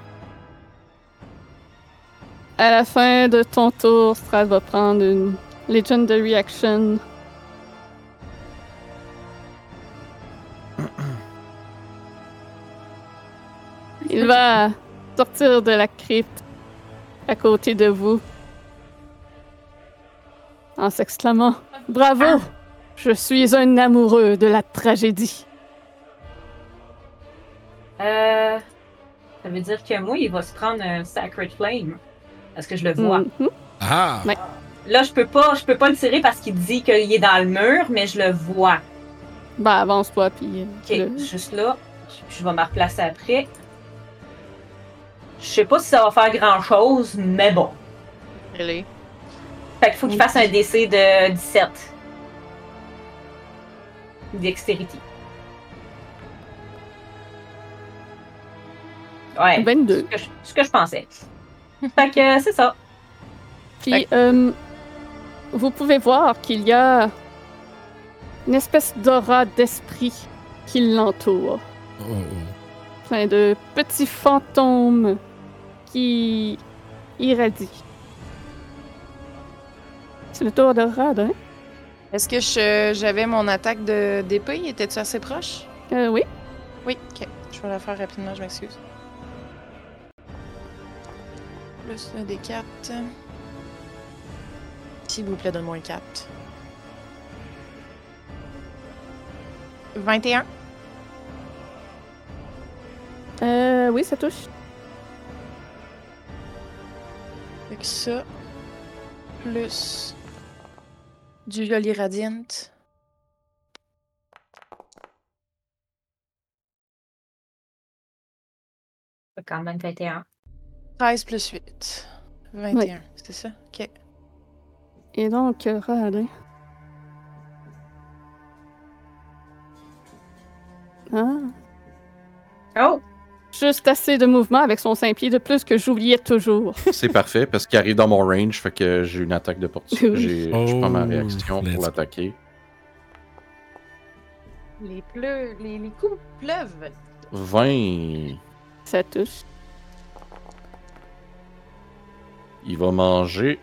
À la fin de ton tour, Stras va prendre une Legendary Action. Il va sortir de la crypte à côté de vous en s'exclamant Bravo! Je suis un amoureux de la tragédie.
Euh. Ça veut dire que moi, il va se prendre un Sacred Flame. Parce que je le vois.
Mhm.
Ah!
Ouais.
Là, je peux pas, je peux pas le tirer parce qu'il dit qu'il est dans le mur, mais je le vois.
Ben, avance-toi, puis. euh,
Ok,
le-
juste là. Je- Je vais me replacer après. Je sais pas si ça va faire grand chose, mais bon. Fait qu'il faut qu'il fasse un DC de 17. Dextérité. Ouais.
22.
Ce que je, ce que je pensais. Fait que euh, c'est ça.
Puis, euh, vous pouvez voir qu'il y a une espèce d'aura d'esprit qui l'entoure.
Oh, oh.
Plein de petits fantômes qui irradient. C'est le tour de Rad, hein?
Est-ce que je- j'avais mon attaque de- d'épée? Étais-tu assez proche?
Euh, oui.
Oui, ok. Je vais la faire rapidement, je m'excuse. Plus un des 4. S'il vous plaît, donne-moi un 4. 21.
Euh, oui, ça touche.
Fait que ça, plus du joli radiant.
Fait Quand même 21.
13 plus 8. 21, c'est ça? Ok.
Et donc, euh, Radin. Ah.
Oh!
Juste assez de mouvement avec son 5 pieds de plus que j'oubliais toujours.
C'est parfait parce qu'il arrive dans mon range, fait que j'ai une attaque de
Oui.
portée. J'ai, je prends ma
Oh,
réaction
let's
pour
go.
l'attaquer.
Les, pleu les, les coups pleuvent.
20.
Ça touche.
Il va manger.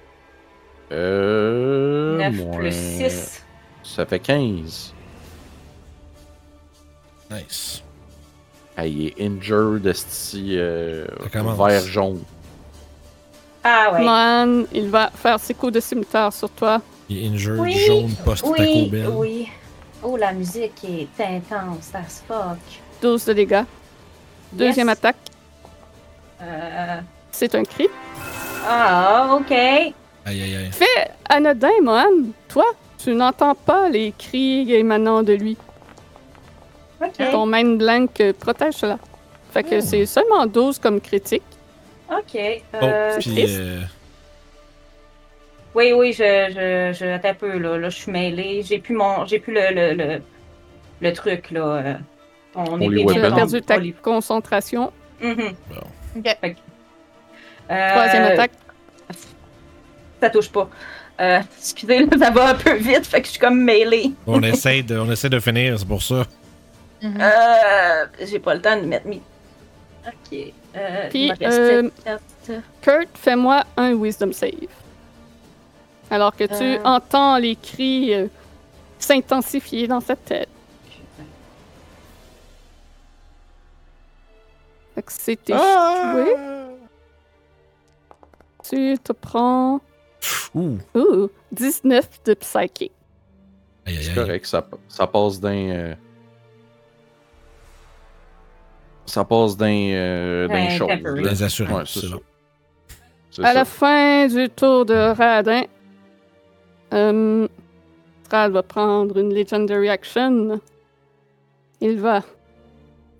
Euh.
9
moins-
plus 6.
Ça fait 15.
Nice.
Ah, il est injured, esti, euh,
Ça commence.
vert jaune.
Ah ouais.
Man, il va faire ses coups de cimetière sur toi.
Il est injured,
Oui,
jaune, post
Oui,
tacobel
oui. Oh, la musique est intense, as fuck.
12 de dégâts. Deuxième
Yes.
attaque.
Euh,
C'est un cri.
Ah, ok.
Aïe, aïe, aïe.
Fait anodin, Mohan. Toi, tu n'entends pas les cris émanant de lui. Hein? Ton
Ok. Hmm.
mind blank euh, protège cela. Fait que c'est seulement 12 comme critique.
Ok.
Oh,
euh,
puis
triste.
euh,
Oui, oui, je, je, je attends un peu, là. Là, je suis mêlée. J'ai plus mon. J'ai plus le, le, le, le truc, là. euh, On
Holy
des
Tu as
Weapon.
perdu ta
Holy-
concentration.
Mhm.
Ok.
Euh,
Troisième attaque.
Ça touche pas. Euh, excusez, là, ça va un peu vite, fait que je suis comme mêlée.
on, essaie de, on essaie de finir, c'est pour ça.
Euh, j'ai pas le temps de mettre mes. Ok. Euh,
Puis,
il me reste
euh,
sept.
Kurt, fais-moi un wisdom save. Alors que tu
Euh.
entends les cris euh, s'intensifier dans sa tête. Fait que c'est échoué.
Ah,
Tu te prends
Ouh.
ouh, 19 de psychic.
Aïe,
C'est
aïe, aïe.
correct, ça, ça passe d'un. euh, Ça passe d'un. Euh, d'un
Ouais,
chose,
temporary.
là.
Les assurances,
Ouais, c'est
c'est
ça.
bon.
C'est
À
ça.
la fin du tour de Radin, euh, Strad va prendre une Legendary Action. Il va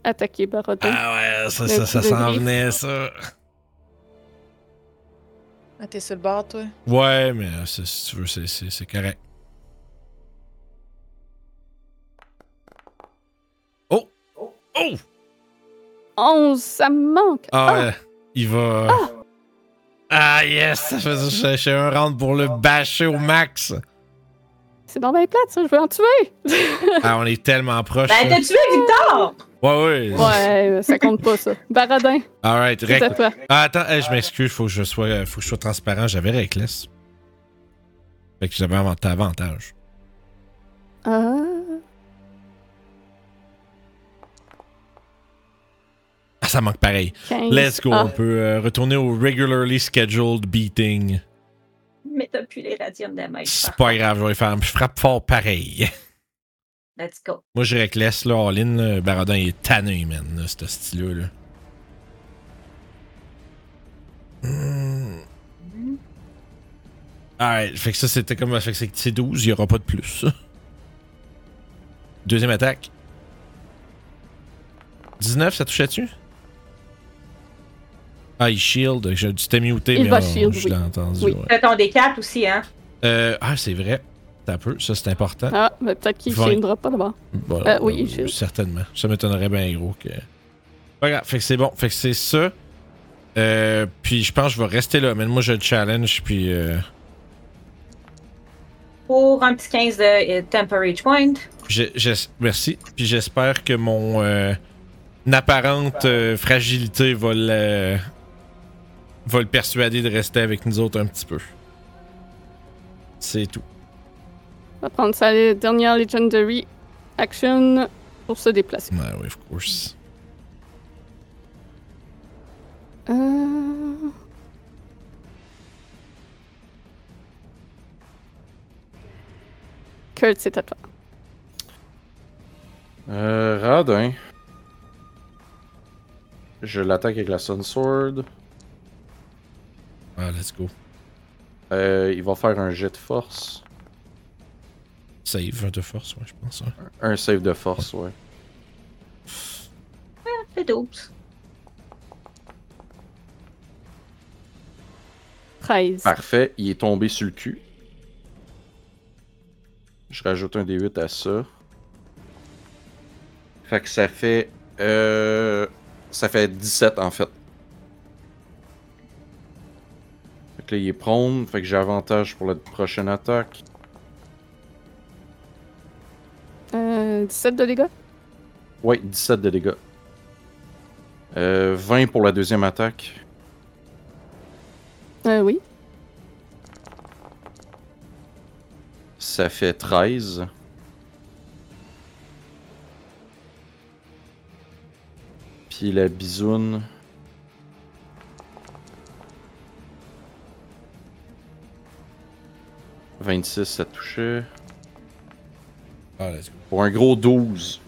attaquer Barodin.
Ah ouais, ça,
Le
ça, ça
petit
s'en
degré.
venait, ça.
Ah, t'es sur le bord, toi?
Ouais, mais euh, c'est- si tu veux, c'est- c'est c'est correct. Oh! Oh!
11, ça me manque.
Ah, ouais, il va. Ah, yes! Ça fait ça, j'ai- j'ai un round pour le bâcher au max.
C'est dans mes plates, ça, je veux en tuer.
Ah, on est tellement proche.
Ben, t'as tué Victor!
ouais, ouais.
Ouais, euh, ça compte pas, ça. Baradin,
Alright,
c'est à
Rec-
toi.
Ah, attends, hey, je m'excuse, faut que je sois, euh, faut que je sois transparent. J'avais Reckless. Fait que j'avais avant- t'as avantage.
Ah.
Ah, ça manque pareil.
15.
Let's go,
Ah,
on peut euh, retourner au regularly scheduled beating.
Mais t'as plus les radiums damage.
C'est pas grave, je vais le faire. Je frappe fort pareil.
Let's go.
Moi, je reclasse, là, all-in. là. Baradin, il est tanné, man, là, ce style-là. là. Hmm. Alright, fait que ça, c'était comme. Fait que c'est- c'est 12, il n'y aura pas de plus. Deuxième attaque. 19, ça touchait-tu? Ah, il shield. Je, tu t'es muté,
Il
mais
va
on-
shield,
je
oui.
l'ai entendu.
Oui.
ouais.
Fais ton D4 aussi, hein?
Euh, ah, c'est vrai. T'as peu, ça c'est important.
Ah, mais peut-être qu'il ne
Vingt.
tiendra pas d'abord.
Voilà,
Euh, oui,
euh,
je-
certainement. Ça m'étonnerait bien gros que. Pas grave, fait que c'est bon. Fait que c'est ça. Euh, puis je pense que je vais rester là. Mais moi, je le challenge. Puis. euh,
Pour un petit 15 de euh, temporary point.
j'ai- j'es- merci. Puis j'espère que mon. euh, apparente euh, fragilité va le. va le persuader de rester avec nous autres un petit peu. C'est tout.
On va prendre sa dernière Legendary Action pour se déplacer.
Ouais, oui, of course.
Euh... Kurt, c'est à toi.
Euh, Radin. Je l'attaque avec la Sun Sword.
Ah, let's go.
Euh, il va faire un jet de force.
Save un de force, ouais, je pense. hein.
Un save de force, ouais.
Fait 12.
13.
Parfait, il est tombé sur le cul. Je rajoute un D8 à ça. Fait que ça fait. euh, ça fait 17 en fait. Fait que là, il est prone. Fait que j'ai avantage pour la prochaine attaque.
Euh, 17 de dégâts.
Ouais, 17 de dégâts. Euh, 20 pour la deuxième attaque.
Euh, oui.
Ça fait 13. Puis la bisoune. « 26, ça touchait.
Ah, let's go.
Pour un gros 12.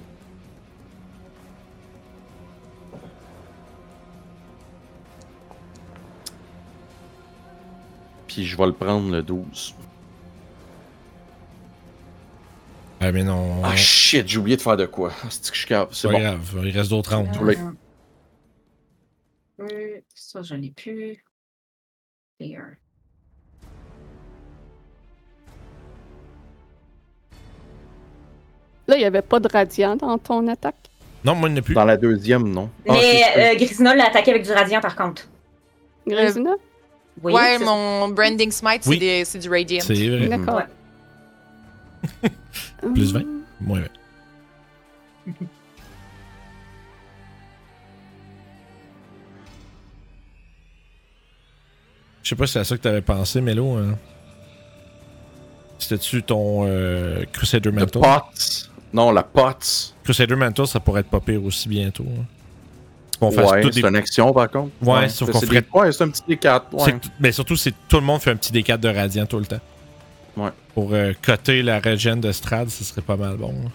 Puis je vais le prendre, le 12.
Ah, mais non.
Ah shit, j'ai oublié de faire de quoi. Ah, C'est que je suis capable. C'est
pas
bon.
grave, il reste d'autres rounds.
Tout le-
Euh, Ça, je l'ai plus. Et un.
Là, il n'y avait pas de radiant dans ton attaque.
Non, moi, il n'y en a plus.
Dans la deuxième, non. Ah,
Mais
c'est-
euh, Grisina l'a attaqué avec du radiant par contre.
Grésina?
Oui,
ouais,
c'est-
mon branding smite, c'est
Oui.
des- c'est du radiant.
C'est vrai.
D'accord.
Plus
Hum,
Ouais, ouais. Je sais pas si c'est à ça que t'avais pensé, Melo. Hein? C'était-tu ton euh, Crusader
Le
Mantle?
pot. Non, la pot.
Crusader Mantle, ça pourrait être pas pire aussi bientôt. hein. Qu'on fasse
Ouais,
tout
c'est
des-
une action par contre.
Ouais, sauf qu'on
c'est
ferait-
des- Ouais, c'est un petit D4. Ouais.
C'est- Mais surtout, c'est tout le monde fait un petit D4 de radiant tout le temps.
Ouais.
Pour euh, coter la regen de Strad, ce serait pas mal bon. là.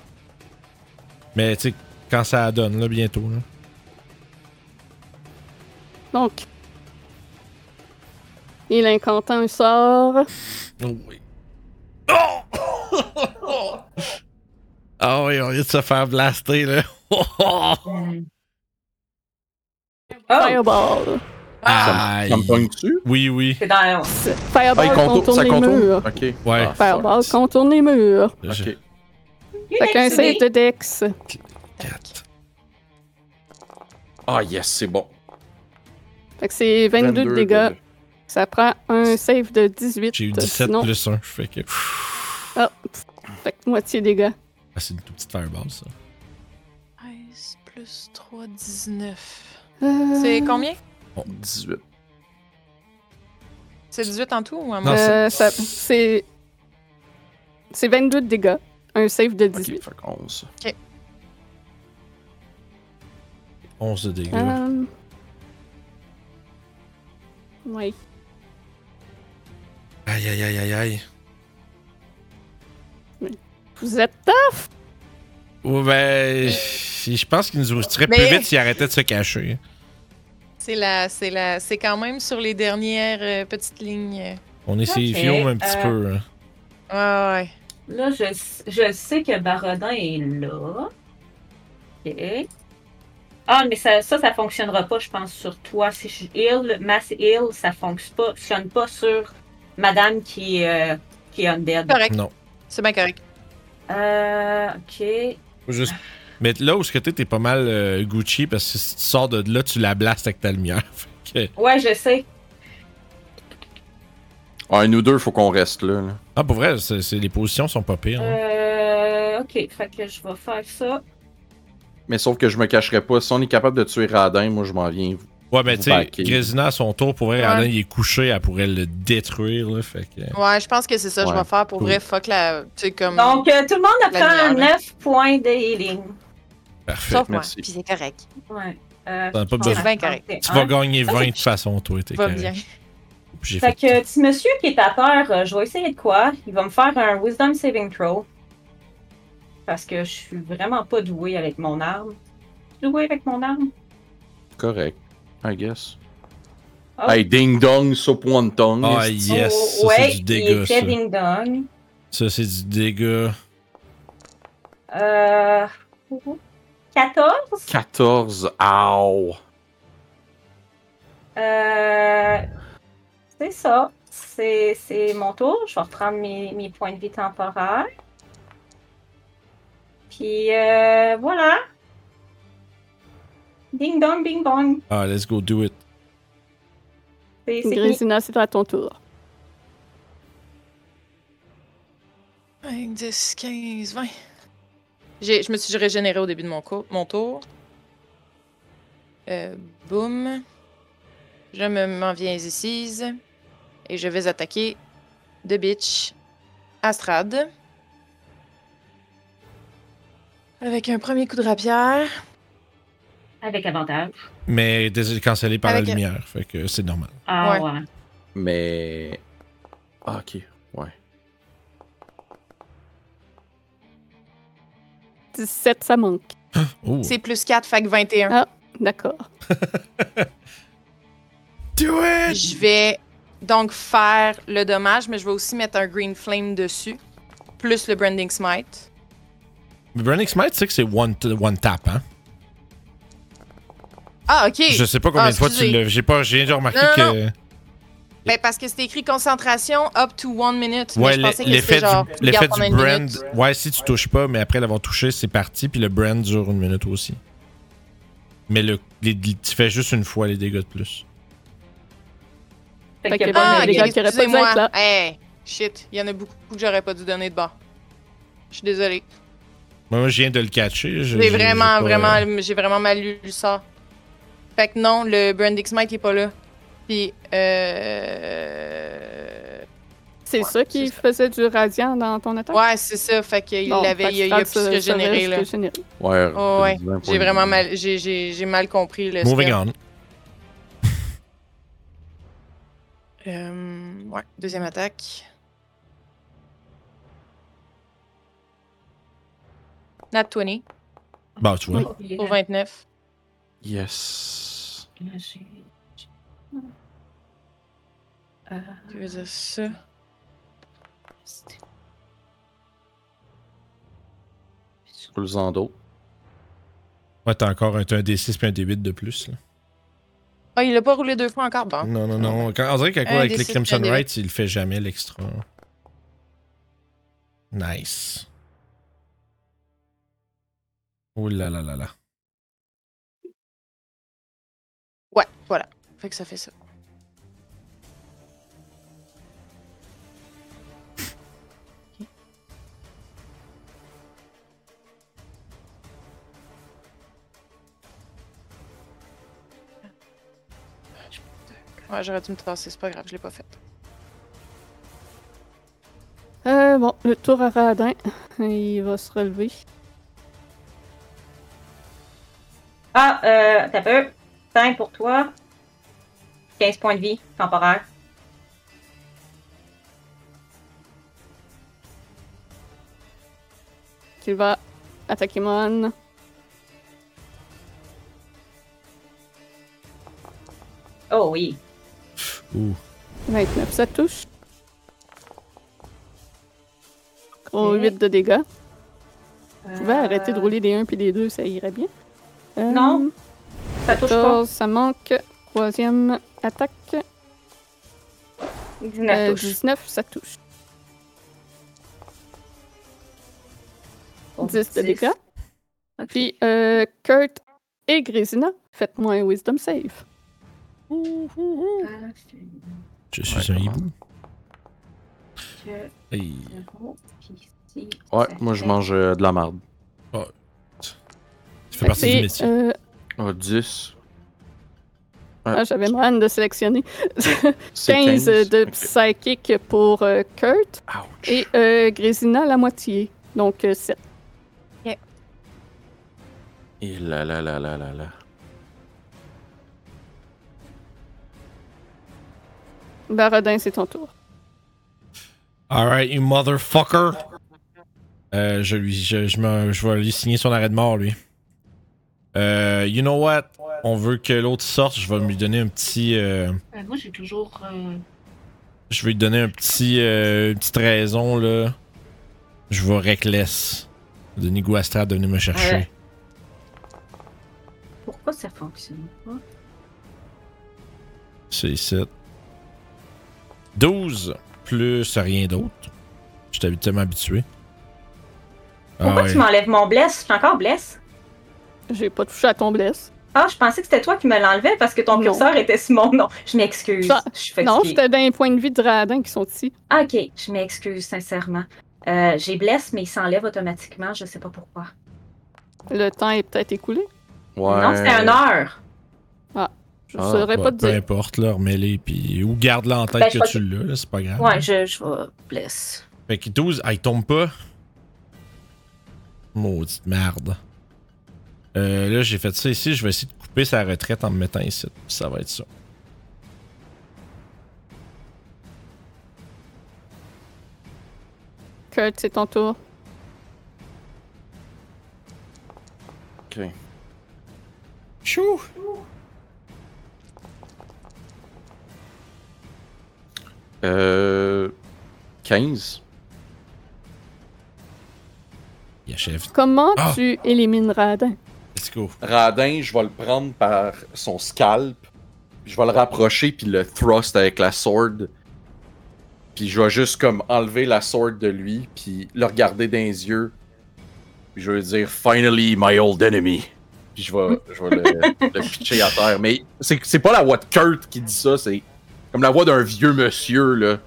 Mais tu sais, quand ça donne, là, bientôt. là.
Donc, il incantant un sort.
Oh oui. Oh! ah oui, on vient de se faire blaster, là.
Oh,
Fireball.
Aïe.
Ça me pogne dessus.
Oui, oui.
c'est dans.
Ah,
Fireball contourne les murs.
Ok.
Ouais.
Ah,
Fireball
fuck.
contourne les murs.
Ok.
Fait qu'un save de Dex.
Quatre.
Ah yes, c'est bon.
Fait que c'est 22, de dégâts. Ça prend un save de 18.
J'ai eu 17
sinon-
plus 1. Fait que. pfff.
Ah, pff, fait que moitié dégâts.
Ah, c'est une toute petite fireball, ça.
13 plus 3, 19.
Euh,
C'est combien?
18.
C'est 18 en tout ou en
Non,
moins?
euh, ça- c'est. C'est 22 de dégâts. Un save de
Ok,
18.
fait 11.
11 de dégâts.
Ah.
Euh, Oui.
Aïe, aïe, aïe, aïe, aïe.
Vous êtes tough!
Ouais, ben. Je pense qu'il nous ouvrirait
Euh, Mais-
plus vite s'il arrêtait de se cacher.
C'est la, c'est la, c'est quand même sur les dernières euh, petites lignes.
On est ses
Ok,
fions un petit
euh,
peu. hein.
Ouais, ouais.
Là, je, je sais que Barodin est là. Ok. Ah, mais ça, ça, ça fonctionnera pas, je pense, sur toi. Si je heal, mass heal, ça fonctionne pas, fonctionne pas sur madame qui, est, euh, qui est undead.
Correct.
Non.
C'est bien correct.
Euh, ok.
Faut juste- Mais là où ce que t'es, t'es pas mal euh, Gucci parce que si tu sors de là, tu la blastes avec ta lumière. Fait que-
Ouais, je sais.
Ah, nous deux, faut qu'on reste là. là.
Ah, pour vrai, c'est, c'est- les positions sont pas pires. hein.
Euh, ok, fait que je vais faire ça.
Mais sauf que je me cacherai pas. Si on est capable de tuer Radin, moi je m'en viens.
Ouais, mais
vous
tu sais,
backez.
Grésina, à son tour, pour vrai, Alain,
Ouais.
il est couché, elle pourrait le détruire. Là, fait que...
Ouais, je pense que c'est ça que je
Ouais,
vais faire pour
cool.
vrai. Fuck la, tu sais comme.
Donc, euh, tout le monde
La
apprend
lumière,
9 points de healing.
Parfait.
sauf moi.
merci.
Puis c'est correct.
Ouais. Euh,
T'en as pas
je
besoin.
pense
C'est bien correct.
Tu
que
vas gagner 20 de
c'est-
toute façon, toi. T'es
Va
correct.
bien.
J'ai fait,
Fait que, petit monsieur qui est à terre, euh, je vais essayer de quoi? Il va me faire un Wisdom Saving Throw. Parce que je suis vraiment pas douée avec mon arme. Je suis douée avec mon arme.
correct, I guess.
Oh.
Ah.
Hey, ding dong, soup one tongue.
Ah,
est-ce-
yes,
Oh,
ça
ouais,
c'est du
il
dégât,
était
ça.
ding-dong.
Ça c'est du dégât.
Euh... 14?
14, ow!
Euh, c'est ça. C'est, c'est mon tour. Je vais reprendre mes, mes points de vie temporaires. Puis euh, voilà. Ding dong, bing bong.
Ah, let's go do it.
C'est, c'est fini.
Grésina, c'est à ton tour.
5, 10, 15, 20. J'ai, je me suis régénérée au début de mon, cours, mon tour. Euh, boum. Je me, m'en viens ici. Et je vais attaquer The Bitch Astrad. Avec un premier coup de rapière.
Avec avantage.
Mais désolé, cancellé par
Avec-
la lumière, fait que c'est normal.
Ah
Ouais.
ouais.
Mais. Ah, ok, ouais.
17, ça manque.
Oh.
C'est plus 4, fait que 21.
D'accord.
Do it!
Je vais donc faire le dommage, mais je vais aussi mettre un Green Flame dessus. Plus le Branding Smite.
Mais Burning Smite, tu sais que c'est one, t- one tap, hein?
Ah, ok.
Je sais pas combien
Ah,
de fois tu
excusez.
l'as. J'ai pas, j'ai déjà remarqué
Non, non,
que.
Ben, parce que c'était écrit concentration up to one minute. mais
Ouais,
je
le-
pensais que
l'effet
c'était genre,
du, l'effet
regarde pendant
du
une
brand.
minute.
Ouais, si tu touches pas, mais après l'avoir touché, c'est parti. Puis le brand dure une minute aussi. Mais le, les- tu fais juste une fois les dégâts de plus.
Fait
Fait
que
que-
bon,
Ah,
les
allez.
ok,
gars qui auraient pas dû être
excusez-moi.
là.
Hey, shit, il y en a beaucoup que j'aurais pas dû donner de bas. Je suis désolée.
Moi, moi, je viens de le catcher. je- je-
J'ai vraiment,
j'ai pas- euh,
vraiment, j'ai vraiment mal lu ça. Fait que non, le Branding Smite il est pas là. Puis, euh...
C'est
Ouais,
ça qui
c'est
faisait du radiant dans ton attaque?
Ouais, c'est ça. Fait qu'il
Ah. Bon, fait
l'avait,
que
il, a- il
Strad
a pu
se-
se
se
régénérer,
reste
là.
régénéré.
Ouais,
Oh, ouais.
20 points
J'ai
de
vraiment
vie.
mal, j'ai, j'ai, j'ai mal compris le
Moving
spell.
on.
Euh, ouais, deuxième attaque. Nat 20
Bah, tu vois.
pour 29.
Yes.
Euh,
Tu veux dire ça?
c'était-
Sur le Zando.
Ouais, t'as encore un, t'as un D6 puis un D8 de plus. là.
Ah, il l'a pas roulé deux fois encore. Bon.
Ah
Non, non, non. Quand, on dirait qu'à cause
Un
avec les
D6
Crimson
puis un D8.
Rights, il fait jamais l'extra. Nice. Oh là là là là.
Ouais, voilà. Fait que ça fait ça. Ouais, j'aurais dû me tasser, c'est pas grave, je l'ai pas fait.
Euh, bon, le tour à Radin. Il va se relever.
Ah, euh, t'as peu. 5 pour toi. 15 points de vie temporaire.
Il va attaquer Mon.
Oh oui.
Ouh.
29, ça touche. Gros
Ok.
8 de dégâts.
Euh,
Je pouvais arrêter de rouler des 1 puis des 2, ça irait bien. Euh,
Non, Ça touche pas.
14, ça manque. Troisième attaque.
19
Euh,
touche.
19, ça touche.
Bon,
10 de
dix.
dégâts.
Ok.
Puis euh, Kurt et Grésina, faites-moi un Wisdom Save.
Parfait.
Je suis
Ouais,
un
comment?
hibou.
Je-
Hey.
Puis ici,
Ouais,
ça
moi je
fait-
mange euh, de la marde.
Ça fait partie
C'est,
du métier.
euh,
Ah, 10.
ah, J'avais mal de sélectionner. 15
15
de
Ok.
psychic pour euh, Kurt
Ouch.
et euh, Grésina la moitié. Donc euh, 7.
Et là là là là là là.
Baradin, c'est ton tour.
Alright, you motherfucker. Euh, je lui, je, je, me- je vais lui signer son arrêt de mort, lui. Euh, you know what? on veut que l'autre sorte, je vais lui donner un petit. euh,
Euh, moi, j'ai toujours. euh,
je vais lui donner un petit. euh, une petite raison, là. Je vais reckless. Denis Guastra de venir me chercher.
Ouais. Pourquoi ça fonctionne pas?
C'est 7. 12 plus rien d'autre. Je suis tellement habitué. Ah
Ah
Pourquoi
ouais.
tu m'enlèves mon bless? Je suis encore bless.
J'ai pas touché à ton bless.
Ah, je pensais que c'était toi qui me l'enlevais parce que ton
Non.
curseur était sur mon nom. Je m'excuse.
Ça-
Je suis
Non,
fatiguée.
j'étais dans les points de vie de Radin qui sont ici.
Ah, ok, je m'excuse sincèrement. Euh, J'ai bless, mais il s'enlève automatiquement, je sais pas pourquoi.
Le temps est peut-être écoulé.
Ouais.
Non, c'était un heure.
Je
Ah,
saurais
Ouais,
pas te
peu
dire.
importe, là, remets-les, puis... ou garde-la en tête
Ben, je
que
pense-
tu l'as, là, c'est pas grave. hein.
Ouais, je, je vais bless.
Fait que 12, ah, il tombe pas. Maudite merde. Euh, là, j'ai fait ça ici, je vais essayer de couper sa retraite en me mettant ici. Ça va être ça. ben-
Kurt, c'est ton tour.
Ok.
Chou!
Euh, 15.
Il achève.
Comment
Ah!
tu élimines Radin?
Let's go.
Radin, je vais le prendre par son scalp. Je vais le rapprocher puis le thrust avec la sword. Puis je vais juste comme enlever la sword de lui puis le regarder dans les yeux. Puis je vais dire finally my old enemy. Puis je vais, je vais le, le pitcher à terre. Mais c'est c'est pas la voix de Kurt qui dit ça, c'est comme la voix d'un vieux monsieur là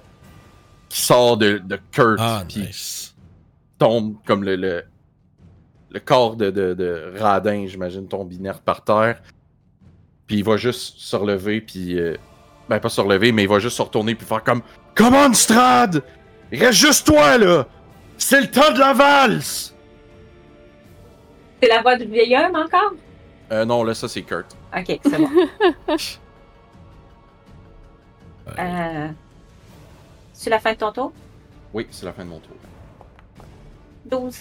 qui sort de, de Kurt
Ah,
puis
nice.
tombe comme le, le, le corps de, de, de Radin, j'imagine, tombe inerte par terre. Puis il va juste se relever, puis. euh, ben, pas se relever, mais il va juste se retourner, puis faire comme Come on, Strad Il Reste juste toi, là C'est le temps de la valse
C'est la voix du vieil homme encore?
Euh, non, là, ça, c'est Kurt.
Ok, c'est bon.
Ouais.
Euh, C'est la fin de ton tour?
Oui, c'est la fin de mon tour.
12.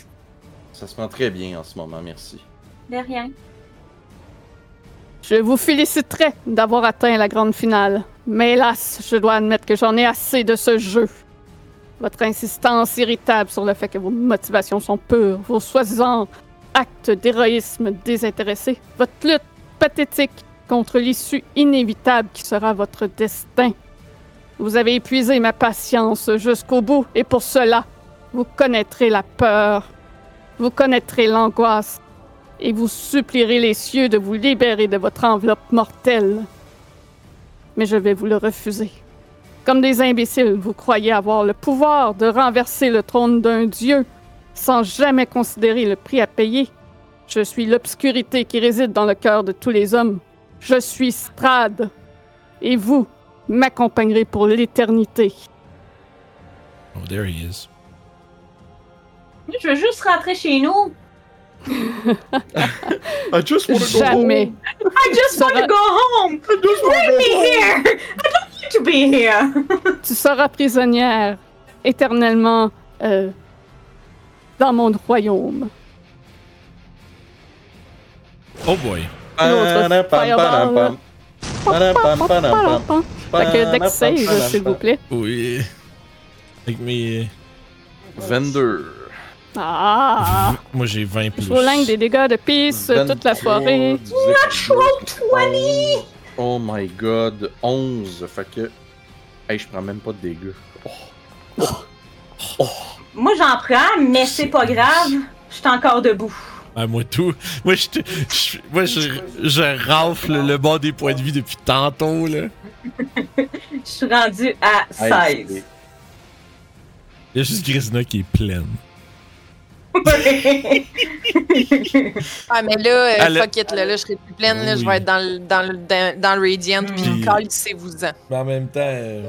Ça se prend très bien en ce moment, merci.
De rien.
Je vous féliciterai d'avoir atteint la grande finale. Mais hélas, je dois admettre que j'en ai assez de ce jeu. Votre insistance irritable sur le fait que vos motivations sont pures, vos soi-disant actes d'héroïsme désintéressés, votre lutte pathétique contre l'issue inévitable qui sera votre destin. Vous avez épuisé ma patience jusqu'au bout et pour cela, vous connaîtrez la peur, vous connaîtrez l'angoisse et vous supplierez les cieux de vous libérer de votre enveloppe mortelle. Mais je vais vous le refuser. Comme des imbéciles, vous croyez avoir le pouvoir de renverser le trône d'un dieu sans jamais considérer le prix à payer. Je suis l'obscurité qui réside dans le cœur de tous les hommes. Je suis Strad. Et vous m'accompagnerez pour l'éternité.
Oh, there he is.
Je veux juste rentrer chez nous.
I just
Jamais.
I just want to
Sarah-
go home. Leave me here. I don't want to be here.
Tu seras prisonnière éternellement euh, dans mon royaume.
Oh boy.
fireball. Fait que deck save, s'il vous plaît.
Oui. Avec mes.
22.
Ah!
Moi, j'ai 20 plus.
Je rolingue des dégâts de pisse
Ben
toute la soirée.
Natural 20! Oh my god, 11. Fait que. Hey, je prends même pas de dégâts. Oh.
Moi, j'en prends, mais c'est pas grave. Je suis encore debout.
Ah, moi, tout. Moi, je, te- je- moi, je, je rafle le bas des points de vie depuis tantôt, là.
Je suis rendue à
Hey,
16.
Il y a juste Grisna qui est pleine.
Ah, mais là, euh,
Elle-
fuck it, là, là, je serai plus pleine, là, je
Oui.
vais être dans le, dans le, dans, dans le
Mm.
Radiant,
Puis-
puis calissez-vous en.
Mais en même temps. euh,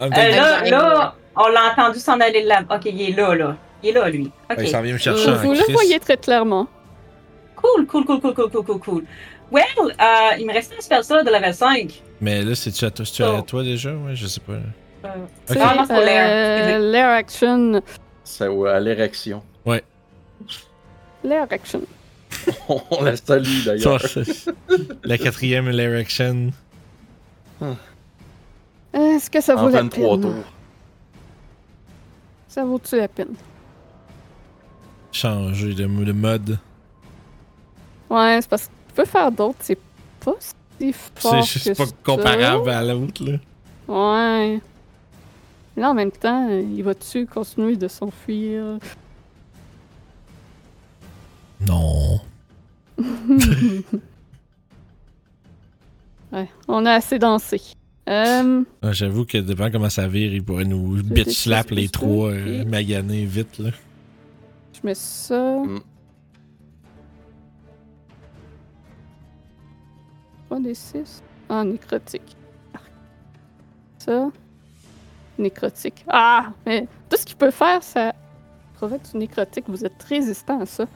en même temps,
Euh,
il-
là, là, on l'a entendu s'en aller de là. Ok, il est là, là. Il est là, lui. Ok.
il s'en vient me chercher
Vous,
en
vous le
Christ.
voyez très clairement.
Cool, cool, cool, cool, cool, cool, cool, cool. Well, euh, il me reste un spell slot de level 5.
Mais là, c'est-tu à, toi- c'est-tu à toi déjà? Ouais, je sais pas.
Euh,
Ok.
Ah non, c'est pour l'air.
Euh, l'air action.
C'est au- à l'érection.
L'air action.
On la salue
Ça,
d'ailleurs.
c'est- la quatrième L'Erection.
Est-ce que ça vaut
En
la
23
peine?
tours.
Ça vaut-tu la peine?
Changer de, de mode.
Ouais, c'est parce que tu peux faire d'autres, c'est pas si fort.
C'est c'est
que
pas
ça.
comparable à l'autre, là.
Ouais. Mais là, en même temps, il va-tu continuer de s'enfuir?
Non.
Ouais, on a assez dansé. Euh,
Ah, J'avoue que dépend comment ça vire, il pourrait nous bitch slap les trois euh, maganés vite, là.
je mets ça.
Mm.
Pas des six. Ah, nécrotique. Arc. Ça. Nécrotique. Ah! Mais tout ce qu'il peut faire, ça. Provient du nécrotique, vous êtes résistant à ça.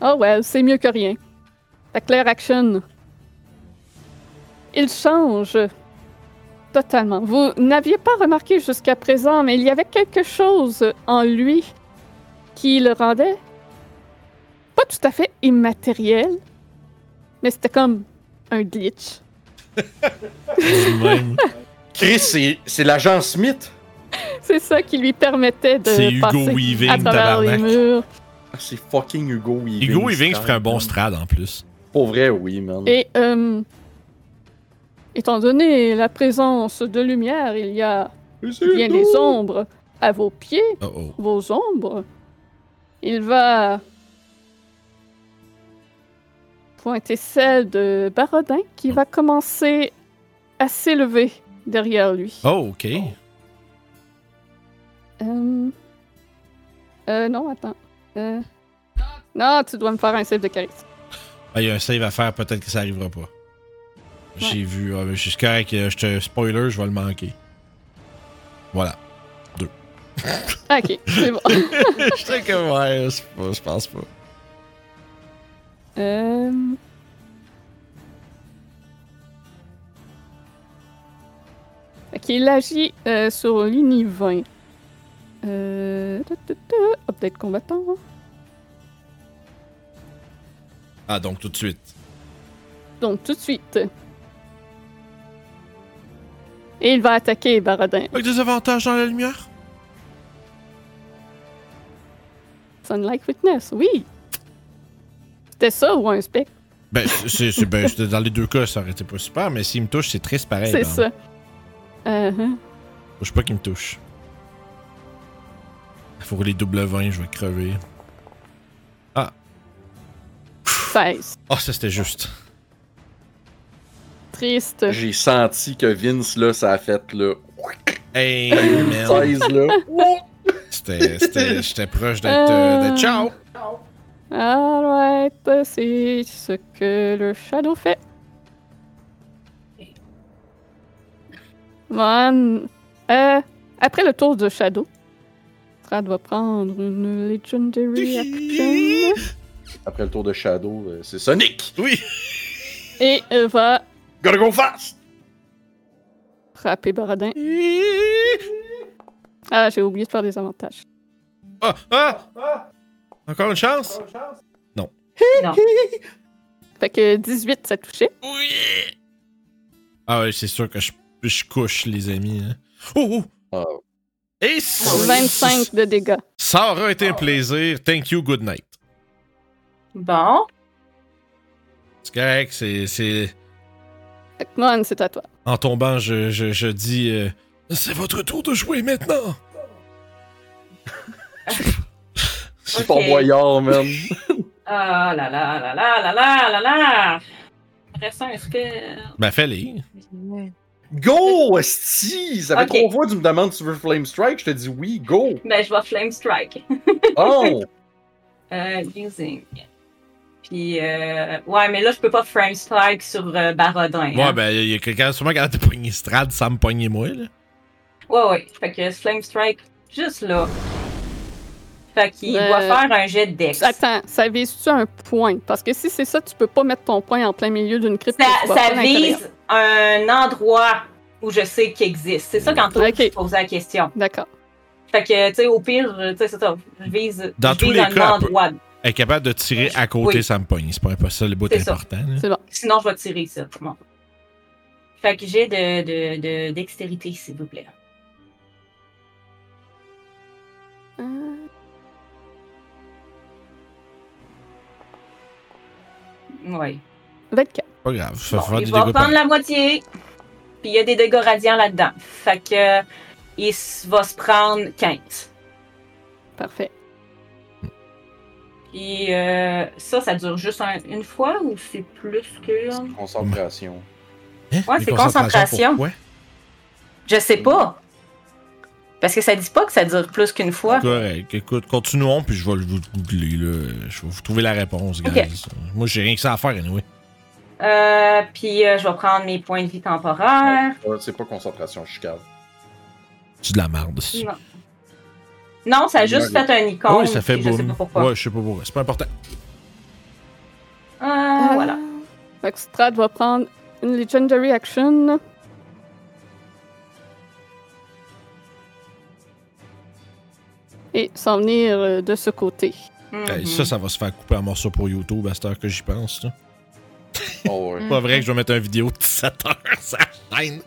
Oh well, c'est mieux que rien. La claire action. Il change. Totalement. Vous n'aviez pas remarqué jusqu'à présent, mais il y avait quelque chose en lui qui le rendait pas tout à fait immatériel, mais c'était comme un glitch.
Même.
Chris, c'est- c'est l'agent Smith.
C'est ça qui lui permettait de
C'est Hugo
passer
Weaving,
à travers les
tabarnak.
murs.
Ah, C'est fucking Hugo Weaving.
Hugo et Ving, je
Stan,
ferais un bon
man.
strad en plus.
Pour vrai, oui, man.
Et euh, étant donné la présence de lumière, il y a bien des ombres à vos pieds.
Oh oh.
vos ombres, il va pointer celle de Barodin qui va commencer à s'élever derrière lui.
Oh, ok.
Euh... euh, non, attends. Euh, Non, tu dois me faire un save de charisme.
Ah, Il y a un save à faire, peut-être que ça arrivera pas. J'ai vu. ah, mais je suis correct, euh, je te spoiler, je vais le manquer. Voilà.
Ah, ok, c'est bon.
J'étais comme, ouais, c'est pas- je pense pas.
Euh, Ok, il agit euh, sur l'Uni 20. Euh... ta, ta, ta, Update combattant.
Ah, donc tout de suite.
Donc, tout de suite. Et il va attaquer Baradin.
Avec des avantages dans la lumière?
Sunlight Witness, oui. C'était ça ou un spec,
Ben, c'est, c'est- ben, c'était dans les deux cas, ça aurait été pas super, mais s'il me touche, c'est triste pareil.
c'est
par
ça. Uh-huh.
exemple. Faut pas qu'il me touche. Faut que les double 20, je vais crever.
16.
Ah, ça c'était juste.
Triste.
J'ai senti que Vince, là, ça a fait le
Hey, man.
16, là.
C'était, c'était, j'étais proche d'être, euh, d'être ciao.
Alright, c'est ce que le Shadow fait. Bon, euh, après le tour de Shadow, Strad va prendre une Legendary Action.
Après le tour de Shadow, euh, c'est Sonic.
Oui.
Et elle va
Gotta go fast.
frapper Baradin.
Euh.
Ah, j'ai oublié de faire des avantages.
Ah, ah, Encore une chance?
Fait que 18, ça touchait.
Oui. Ah ouais, c'est sûr que je, je couche, les amis. hein. Oh,
Ah.
oh. Et
Ah
c-
25 de dégâts.
Ça aura été un plaisir. Thank you, good night.
Bon.
C'est correct, c'est- c'est.
Fait que Mon, c'est à toi.
En tombant, je, je, je dis euh, C'est votre tour de jouer maintenant!
C'est
Ok.
Fort Boyard, man.
Ah là là là là là là là là. Restons un spell.
Ben, fais-les.
Go, esti! Ça fait
Ok.
trois fois que tu me demandes si tu veux Flame Strike. Je te dis oui, go.
Ben, je vais Flame Strike.
Oh!
Euh, using. Puis, euh, ouais, mais là, je peux pas Flame Strike sur euh, Barodin.
Ouais,
hein.
ben, il y a quelqu'un, sûrement, quand t'es pogné Strad, ça me pognait moi, là.
Ouais, ouais. Fait que Flame Strike, juste là. Fait qu'il
Euh,
doit faire un jet de dex. Ça,
Attends, ça vise-tu un point? Parce que si c'est ça, tu peux pas mettre ton point en plein milieu d'une crypte. tu vas
ça
pas à l'intérieur.
vise un endroit où je sais qu'il existe. C'est ça quand tu
Ok.
posais la question.
D'accord.
Fait que, tu sais, au pire, tu sais, c'est ça. Je vise,
Dans
je
tous
vise
les
un
cas, elle peut-
endroit.
Elle est capable de tirer à côté,
Oui.
ça me pogne. C'est pas impossible, le bout
C'est ça.
important. là.
C'est bon.
Sinon, je vais tirer ça. Bon. Fait que j'ai de, de, de dextérité, s'il vous plaît.
Euh,
Oui.
24.
Pas grave. Ça
Bon,
va faire
il
du
va
dégât
reprendre
pareil.
la moitié. Puis il y a des dégâts radiants là-dedans. Fait que euh, il s- va se prendre 15.
Parfait.
Puis euh, ça, ça dure juste un- une fois ou c'est plus que.
Concentration.
Hein?
Ouais,
Les
c'est
concentrations,
concentration.
pourquoi?
Je sais pas. Parce que ça dit pas que ça dure plus qu'une fois.
Correct. Écoute, continuons, puis je vais le- vous le googler. Là. Je vais vous trouver la réponse,
Ok.
guys. Moi, j'ai rien que ça à faire, anyway.
Euh, puis euh, je vais prendre mes points de vie temporaires.
Ouais, C'est pas concentration, je suis cave.
C'est de la merde. c'est-
Non. Non, ça a juste
Ouais.
fait un icône.
Ouais, Ah ça fait
puis Je sais
boum.
pas pourquoi.
Ouais, je sais pas pourquoi. C'est pas important.
Euh,
Ah.
Voilà.
Fait que Strad va prendre une Legendary Action. Et s'en venir euh, de ce côté.
Hey,
Mhm.
Ça, ça va se faire couper en morceaux pour YouTube à cette heure que j'y pense. là.
Oh, ouais.
Mm.
Mm-hmm.
Pas vrai que je vais mettre une vidéo de 17 heures sur la chaîne.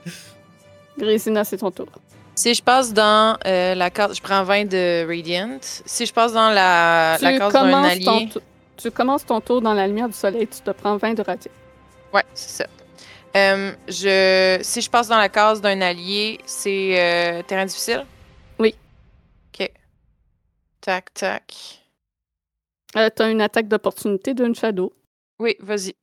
Grésina, c'est ton tour.
Si je passe dans euh, la carte, je prends 20 de Radiant. Si je passe dans Ah, la, la case d'un
ton
allié.
tou- tu commences ton tour dans la lumière du soleil, tu te prends 20 de radiant.
Ouais, c'est ça. Euh, je, si je passe dans la case d'un allié, c'est euh, terrain difficile?
Oui.
Ok. Tac, tac.
Euh, T'as une attaque d'opportunité d'une shadow.
Oui, vas-y.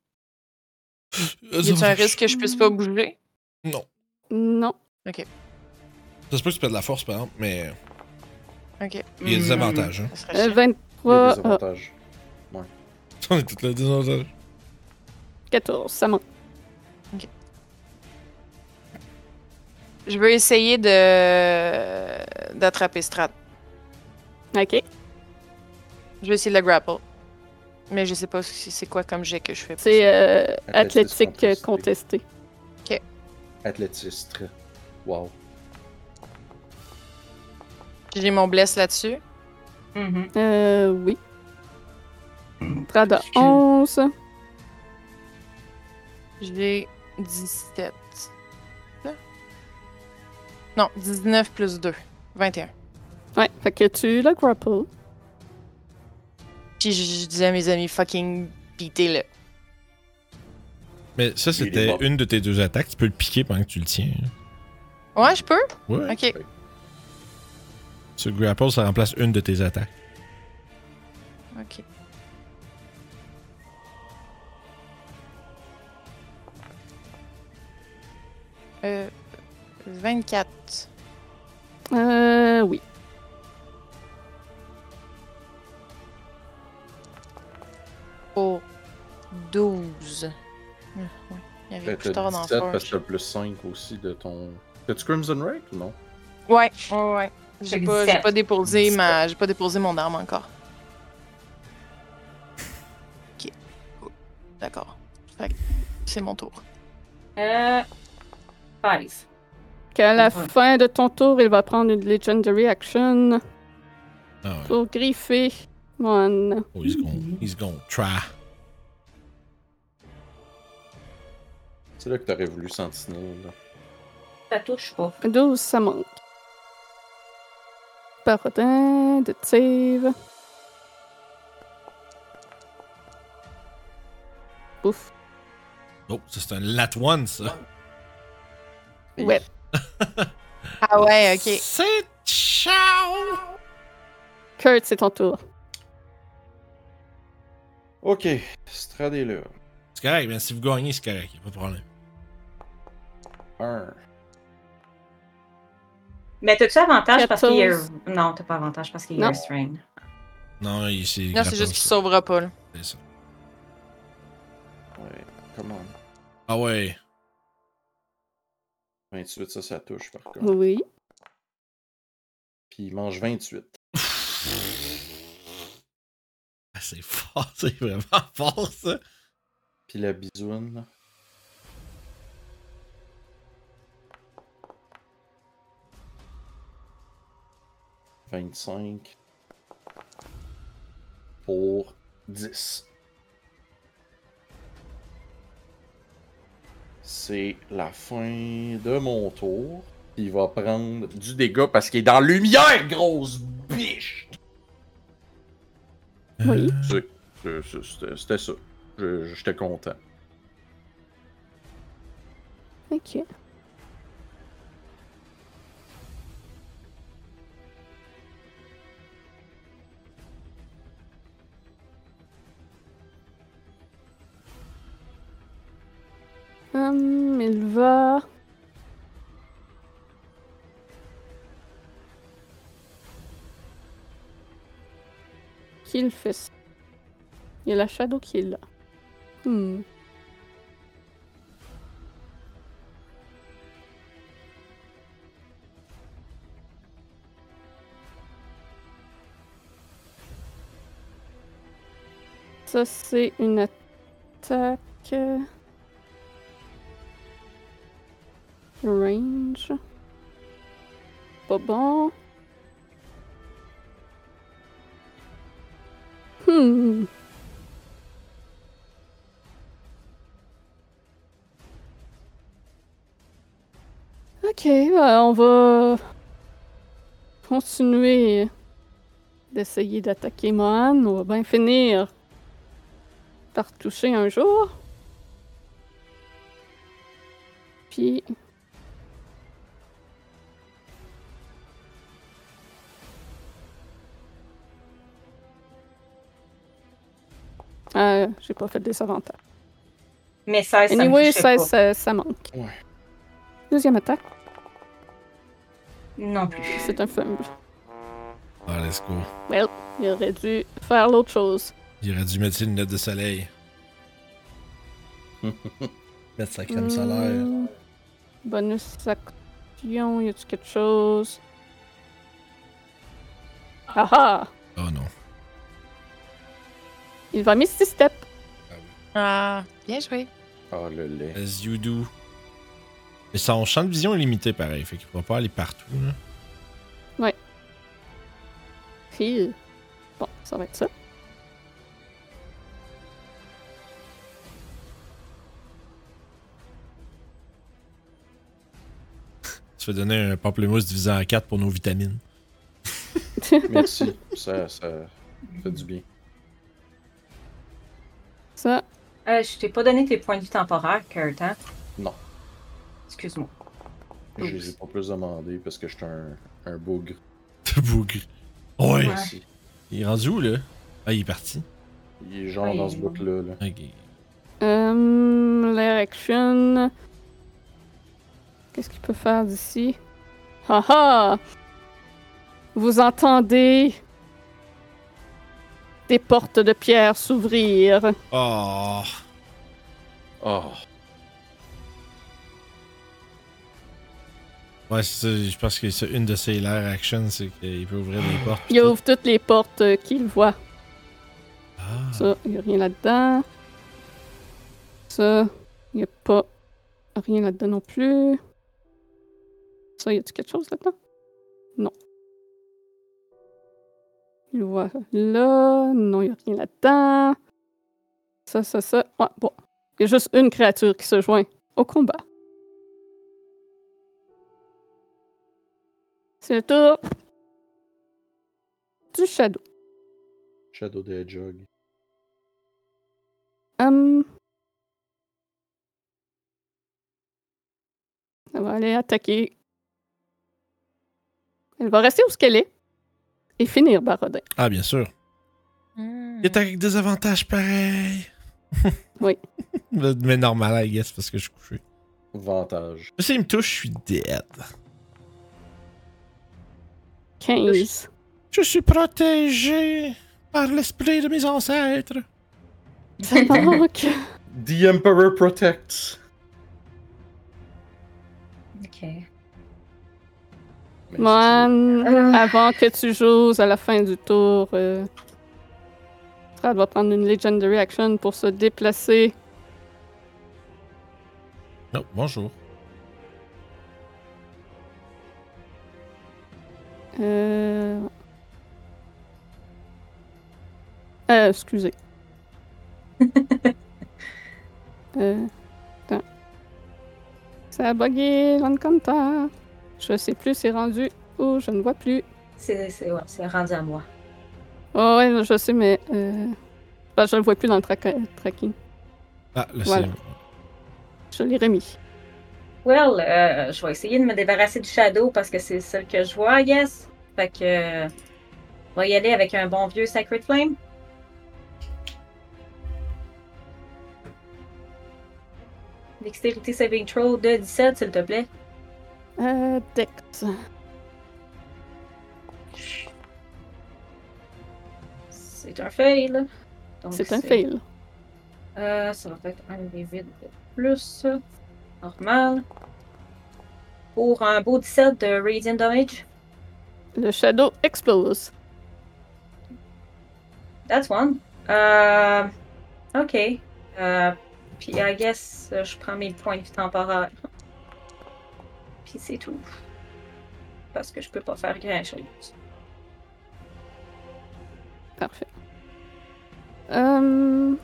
Y a-t-il un risque que je puisse pas bouger?
Non.
Non.
Ça se peut que tu perdes de la force, par exemple, mais
Ok. Hmm.
il y a des
Mhm.
avantages. Hein.
Ça serait
Euh,
chiant.
23,
Des avantages.
On est tous là, des avantages.
ah, 14, ça manque.
Je veux essayer de d'attraper Strat.
Ok.
Je vais essayer de le grapple. Mais je sais pas si c'est quoi comme jet que je fais.
C'est euh,
Athlétisme
athlétique euh,
contesté.
contesté.
Athlétiste. Wow.
J'ai mon bless là-dessus.
Mhm.
Euh, oui. Strad a
Excuse.
11.
J'ai 17. Là. Non, 19 plus 2. 21.
Ouais, fait que tu le grapple.
Puis je je disais à mes amis, fucking pitez-le.
Mais ça,
Il est
c'était
mort.
une de tes deux attaques. Tu peux le piquer pendant que tu le tiens. là.
Ouais, je peux?
Ouais.
Ok.
Sur grapple, ça remplace une de tes attaques.
Ok. Euh, 24.
Euh, oui.
pour 12. Ah, ouais. Il
T'as
arrive plus
t'as
tard dans
17 parce que
Forge.
t'as plus 5 aussi de ton. T'as-tu Crimson Right ou non?
Ouais, ouais, ouais. J'ai
Fait que
pas,
17.
j'ai pas déposé ma, j'ai pas déposé mon arme encore. Ok. Oh, D'accord. Fait que c'est mon tour.
Euh, Paris.
Qu'à la
Ouais.
fin de ton tour, il va prendre une Legendary Action
Ah ouais.
pour griffer Mon.
Oh, he's gonna, he's gonna try.
C'est là que t'aurais voulu Sentinel. Là.
Ça touche pas.
12, ça manque. Parodin, de save. Ouf.
Oh, ça, c'est un lat one, ça.
Ouais.
Ah ouais, ok.
C'est ciao!
Kurt, c'est ton tour.
Ok, Strad est là.
C'est correct, mais si vous gagnez, c'est correct. Y'a pas de problème.
1.
Mais t'as-tu avantage parce qu'il y a.
14.
Non, t'as pas avantage parce qu'il y a
Non.
restrain.
Non, il- c'est.
Non, c'est
grapple,
juste qu'il
ça.
se sauvera pas. là.
C'est ça.
Ouais, comment?
Ah ouais.
28, ça, ça touche par contre.
Oui.
Puis il mange 28.
Ah, C'est fort, c'est vraiment fort, ça.
Puis la bisoune, là. « 25 pour 10. C'est la fin de mon tour. Il va prendre du dégât parce qu'il est dans la lumière, grosse biche!
Oui.
C'est- c'est- c'est- C'était c'était ça. Je- je- J'étais content.
Ok. Hum, il va. Qu'il fait ça? Il y a la Shadow qui est là. Hmm. Ça, c'est une attaque. euh, Range. Pas bon. Hmm. Ok, bah, on va continuer d'essayer d'attaquer Mohan. On va bien finir par toucher un jour. Puis. Euh, j'ai pas fait de désavantage.
Mais 16, ça me
Anyway,
touchait
ça,
pas.
ça, ça manque.
Ouais.
Deuxième attaque,
Non plus.
c'est un fumble.
Ah, let's go.
Il aurait dû faire l'autre chose.
Il aurait dû mettre ses lunettes de soleil. mettre sa crème solaire.
Hmm. Bonus action, y a-tu quelque chose? Ah ah!
Oh non.
Il va Misty Step.
Ah, bien joué.
Ah, le lait.
As you do. Mais son champ de vision est limité pareil, fait qu'il pourra pas aller partout. Là.
Puis. Bon, ça va être ça.
Tu fais donner un pamplemousse divisé en 4 pour nos vitamines.
Merci. ça, ça fait du bien.
Ça,
Euh, je t'ai pas donné tes points de vue temporaires, Kurt, hein?
Non.
Excuse-moi.
Je les ai pas plus demandé parce que j'étais un, un bougre.
Te bougre. Ouais.
Ouais.
Merci.
Il est rendu où là Ah, il est parti.
Il est genre
Ouais,
dans
il-
ce bout-là. là.
Ok.
euh, l'air action. Qu'est-ce qu'il peut faire d'ici? Ah ah! Vous entendez des portes de pierre s'ouvrir.
Oh.
Oh,
Ouais, c'est ça, je pense que c'est une de ses l'air actions, c'est qu'il peut ouvrir des portes. pis
Il
tout.
ouvre toutes les portes euh, qu'il voit.
Ah.
Ça, il a rien là-dedans. Ça, il a pas rien là-dedans non plus. Ça, y a-tu quelque chose là-dedans? Non. Il voit là. Non, il a rien là-dedans. Ça, ça, ça. Ouais, bon. Il y a juste une créature qui se joint au combat. C'est le tour du Shadow.
Shadow the Hedgehog.
Hum. Elle va aller attaquer. Elle va rester où ce qu'elle est et finir Barodin.
Ah, bien sûr.
Hmm.
Il est avec des avantages pareils.
Oui.
Mais mais normal, I guess, parce que je suis couché.
Vantage.
Si il me touche, je suis dead.
15.
Je suis protégé par l'esprit de mes ancêtres.
Ça manque.
The Emperor Protects.
Ok.
Mais
Mohan,
Euh.
avant que tu joues à la fin du tour, euh, Strad va prendre une Legendary Action pour se déplacer.
Non, Oh, bonjour.
Euh... Euh, excusez. Euh, attends. Ça a bugué, l'encounter. Je sais plus, c'est rendu où, je ne vois plus.
C'est c'est- ouais, c'est rendu à moi.
Oh, ouais, je sais, mais. Euh... ben, je le vois plus dans le traca- tracking.
Ah, là,
Voilà. Je l'ai remis.
Well, euh, je vais essayer de me débarrasser du shadow parce que c'est ça que je vois, yes. Fait que. euh, on va y aller avec un bon vieux Sacred Flame. Dextérité Saving Throw de 17, s'il te plaît.
Euh, Dex.
C'est un fail. Donc,
C'est un fail.
Euh, ça va être un des 8 de plus. Normal. Pour un beau 17 de Radiant Damage.
Le shadow explose.
That's one. Euh, ok. Euh, Puis, I guess, euh, je prends mes points de vie temporaires. Puis, c'est tout. Parce que je peux pas faire grand-chose.
Parfait. Euh...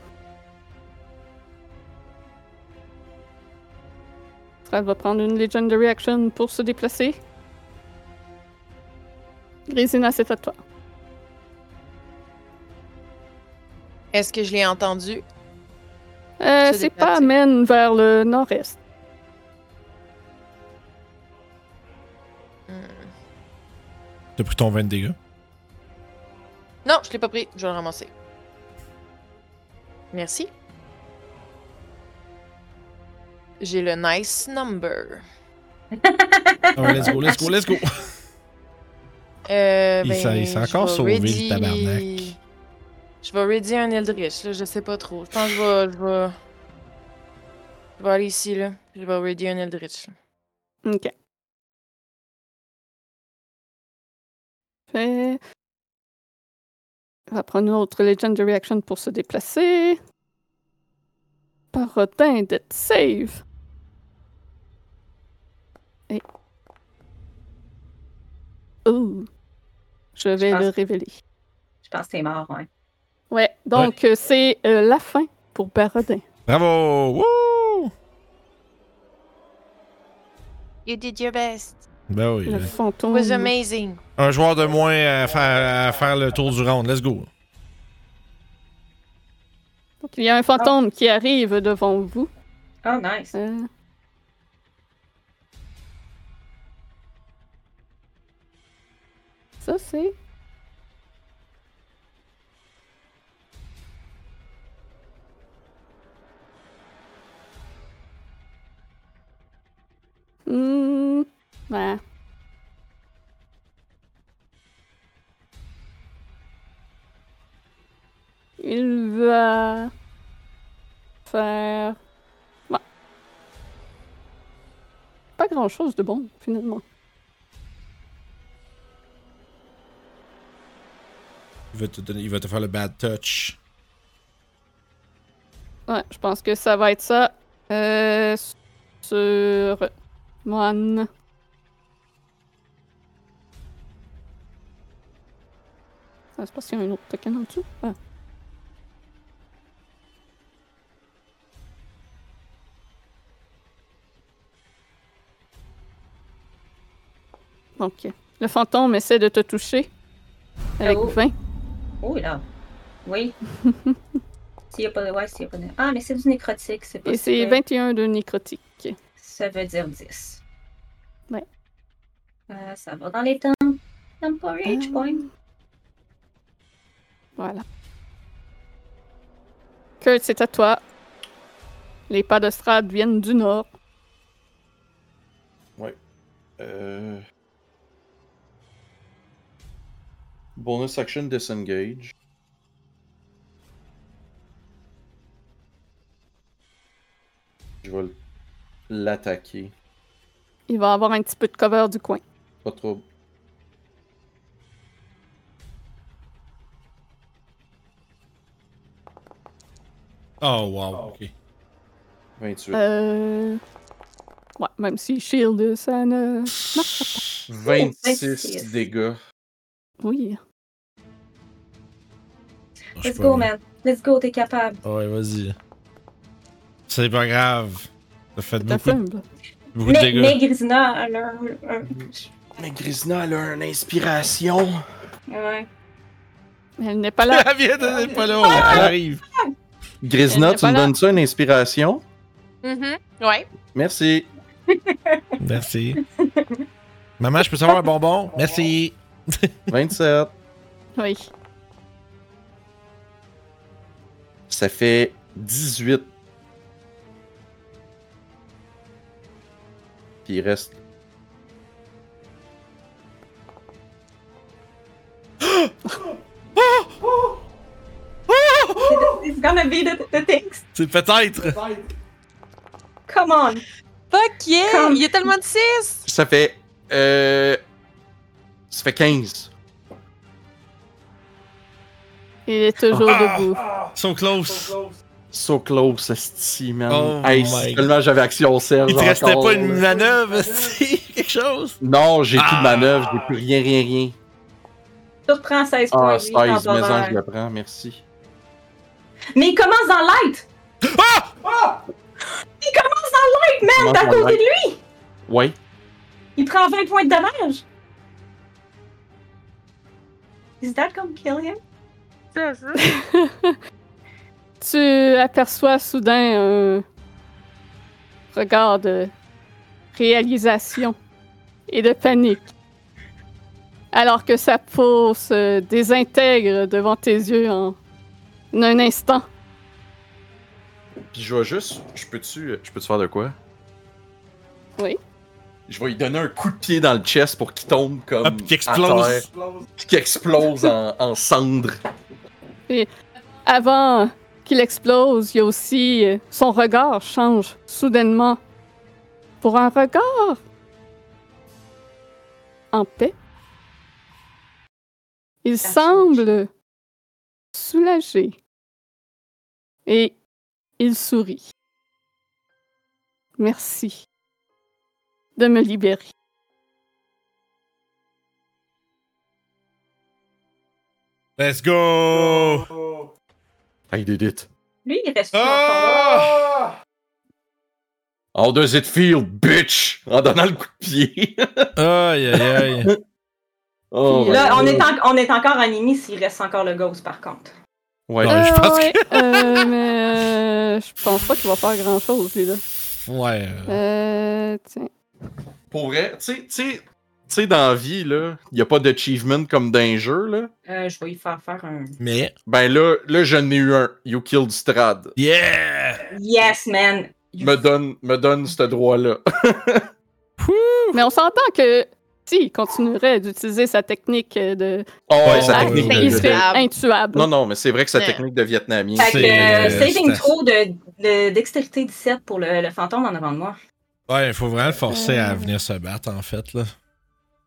Strad va prendre une Legendary Action pour se déplacer. Grisina, c'est à toi.
Est-ce que je l'ai entendu?
Euh,
Se
c'est pas
déplacer.
mène vers le nord-est.
T'as pris ton 20 de dégâts.
Non, je l'ai pas pris. Je vais le ramasser. Merci. J'ai le nice number.
Ah ouais, let's go, let's go, let's go.
Euh,
Il s'est- il s'est
je
encore
vais
sauvé, le
ready-
tabarnak.
Je vais ready un Eldritch, là, je sais pas trop. Je pense que je vais... Je vais, je vais aller ici, là. Je vais ready un Eldritch.
Ok. Fait... On va prendre une autre Legendary Action pour se déplacer. Parodin de save. Et... Ouh. Je vais le
pense-
révéler.
Je pense que t'es mort, ouais.
Ouais, donc euh, c'est euh, la fin pour Parodin.
Bravo! Wouh!
You did your best.
Ben oui.
Le
là.
It
fantôme.
was amazing.
Un joueur de moins à faire, à faire le tour du round. Let's go.
Donc, il y a un fantôme qui arrive devant vous.
Oh, nice.
Euh. Ça, c'est. Hmm. Ouais. Il va faire pas grand chose de bon, finalement.
Il va te, donner- il va te faire le bad touch.
Ouais, je pense que ça va être ça. Euh, sur Moine. Ça se passe Ah, qu'il y a un autre token en dessous. Ah. Ok. Le fantôme essaie de te toucher avec
Oh.
20. Mm.
Oh là. Oui. s'il y a pas de. Ouais, s'il y a pas de. Ah, mais c'est du nécrotique, c'est pas
Et c'est
super.
21 de nécrotique.
Ça veut dire 10.
Ouais.
Euh, ça va dans les temps. Temporary
Euh.
point.
Voilà. Kurt, c'est à toi. Les pas de Strad viennent du nord.
Euh... Bonus action disengage. Je vais l'attaquer.
Il va avoir un petit peu de cover du coin.
Pas trop.
Oh, wow. Ok.
28.
Euh... Ouais, même si Shield, ça ne...
26
26.
dégâts.
Oui.
Je suis
Let's
pas
go,
bon.
man. Let's go, t'es capable.
Ouais, vas-y. C'est pas grave. T'as fait
T'as
beaucoup,
fait,
de-
là.
beaucoup de
Mais,
dégâts.
mais Grisina, elle a un- un-
Mais Grisna, elle a une inspiration.
Ouais.
Mais Elle n'est pas là.
Elle vient de-
Ah,
elle est pas là, elle- elle arrive.
Grisna,
Elle
tu
n'est pas
me
là.
donnes ça une inspiration?
Mhm. Ouais.
Merci.
Merci. Maman, je peux savoir un bonbon? Merci.
27.
Oui.
Ça fait 18. Puis il reste.
It's gonna be the, the things.
C'est peut-être.
Come on.
Fuck yeah!
Comme-
Il y a tellement de 6!
Ça fait. Euh... Ça fait 15.
Il est toujours debout.
Ils sont close.
So close, esti, man.
Oh
hey,
my
si seulement j'avais action Serge.
Il te restait
encore,
pas une
là.
manœuvre, si quelque chose?
Non, j'ai plus
Ah!
de manœuvre, j'ai plus rien, rien, rien.
Tu reprends 16 points.
Ah,
lui,
16,
t'en vas
mais
vers-
je le prends, merci.
Mais il commence dans light!
Ah!
Il commence dans light, man!
Commence
T'es à
dans
côté
light.
de lui!
Ouais.
Il prend 20 points de dommage! Is that gonna kill him?
Tu aperçois soudain un regard de réalisation et de panique. Alors que sa peau se désintègre devant tes yeux en un instant.
Puis je vais juste. Je peux-tu je peux te faire de quoi?
Oui.
Je vais lui donner un coup de pied dans le chest pour qu'il tombe comme.
Hop, qui
à terre,
Ah, explose.
puis qu'il explose en, en cendres.
Avant qu'il explose, il y a aussi euh, son regard change soudainement pour un regard en paix. Il semble soulagé et il sourit. Merci de me libérer.
Let's go!
I did it.
Lui, il reste encore.
Ah!
How does it feel, bitch? En donnant le coup de pied.
Aïe, aïe, aïe.
oh,
Puis
Là,
my
on
God.
est, en- on est encore en ini s'il reste encore le ghost, par contre.
Ouais.
Ouais. Ah, je pense
ouais, euh, mais euh, je pense pas qu'il va faire grand-chose, lui, là.
Ouais. euh,
Euh, tiens.
Pour vrai, tu sais- tu sais, tu sais, dans la vie, là, y a pas d'achievement comme dans un jeu, là.
Euh, je vais lui faire faire un.
Mais,
Ben là, là, j'en ai eu un. You killed Strad.
yeah!
Yes, man!
Me donne, me donne ce droit-là.
Mais on s'entend que s'il continuerait d'utiliser sa technique de
Oh,
Ouais,
sa
ouais,
acte,
technique
ouais,
de-
ben, il
de-
se fait
Intuable.
intuable.
Non, non, mais c'est vrai que sa
Ouais.
technique de Vietnamien.
Fait
C'est,
que euh,
euh, c'est
saving
assez.
throw de, de dextérité 17 pour le, le fantôme en avant de moi.
Ouais, il faut vraiment le forcer à venir se battre, en fait, là.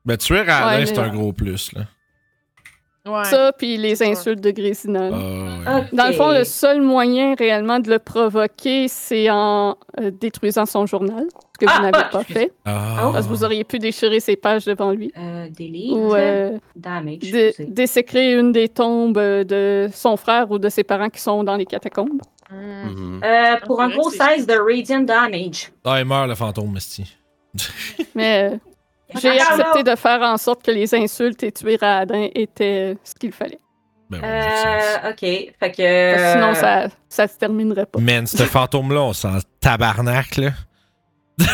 Ben, tuer Alain,
Ouais,
c'est
mais-
un gros plus, là.
Ouais.
Ça, puis les insultes de Grésina.
Ah,
là.
ouais.
Dans le
Ok.
fond, le seul moyen réellement de le provoquer, c'est en euh, détruisant son journal, ce que
Ah,
vous n'avez
ah,
pas
excuse-
fait,
Ah.
parce que vous auriez pu déchirer ses pages devant lui,
Euh, délire.
ou euh,
Damage.
dé-
excusez.
désécrer une des tombes euh, de son frère ou de ses parents qui sont dans les catacombes.
Mm-hmm.
Mm.
Mhm.
Euh, pour un gros
C'est vrai que
16 de radiant damage.
Ah, il meurt, le fantôme, Misty.
Mais euh, j'ai
Ah,
accepté de faire en sorte que les insultes et tuer à Adin étaient euh, ce qu'il fallait.
Ben, ouais, ça,
Euh, ok. Fait que.
Parce que Sinon,
Euh.
ça, ça se terminerait pas.
c'est- Man, ce fantôme-là, on s'en tabarnak, là.
euh,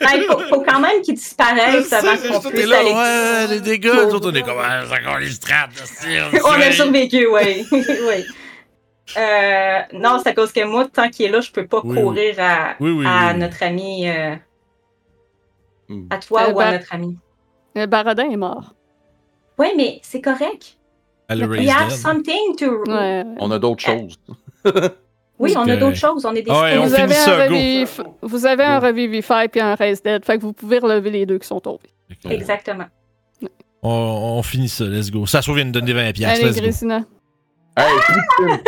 Hey, faut, faut quand même qu'il disparaisse avant qu'on
Tout est
puisse
là,
aller.
ouais, les dégâts, nous autres, on est comme, ah, c'est encore les strates,
On a survécu, oui. oui. Euh, non, c'est à cause que moi, tant qu'il est là, je peux pas
Oui, oui.
courir à,
Oui, oui,
à
oui.
notre ami, euh,
Mm.
à toi
Euh,
ou à
ben-
notre ami.
Le Baradin est mort.
Oui, mais c'est correct.
Elle a
We
raised
have
them. Ben,
something to.
Ouais.
On a d'autres choses.
Oui, on a
Correct.
d'autres choses. On est des
Ah ouais, on
Vous
finit
avez,
ça,
un
go.
reviv- vous avez un Revivify puis un Raise Dead, fait que vous pouvez relever les deux qui sont tombés.
Exactement.
On, on finit ça, let's go. Ça se trouve, il vient nous donner 20 piastres,
Allez,
let's go.
Grésina.
Hey, Poutine!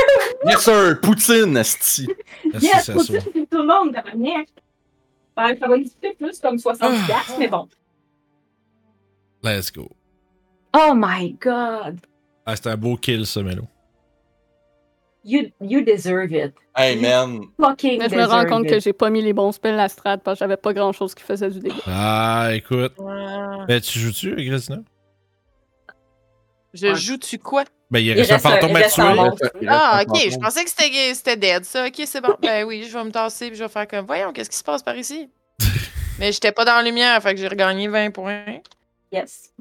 yes, sir! Poutine, esti!
Merci,
Yes,
ça
faut
se
dire
trouve.
que tout le monde de manière. Ben, ça va être un petit peu plus comme 70$,
Ah.
piastres, mais bon.
Let's go.
Oh my god!
Ah, c'était un beau kill, ça, Melo.
You, you deserve it.
Hey man,
Fucking
Mais je me rends
deserve
compte
it.
que j'ai pas mis les bons spells à Strad parce que j'avais pas grand chose qui faisait du dégât.
Ah, écoute.
Ouais.
Ben, tu joues-tu avec Resina?
Je
Ouais.
joue-tu quoi?
Ben, il
Il
reste un
reste un-
fantôme
il
à
reste un
tuer.
monstre.
Ah, ok, je pensais que c'était c'était dead, ça. Ok, c'est bon. Ben oui, je vais me tasser puis je vais faire comme, voyons, qu'est-ce qui se passe par ici? Mais j'étais pas dans la lumière, fait que j'ai regagné 20 points.
Yes.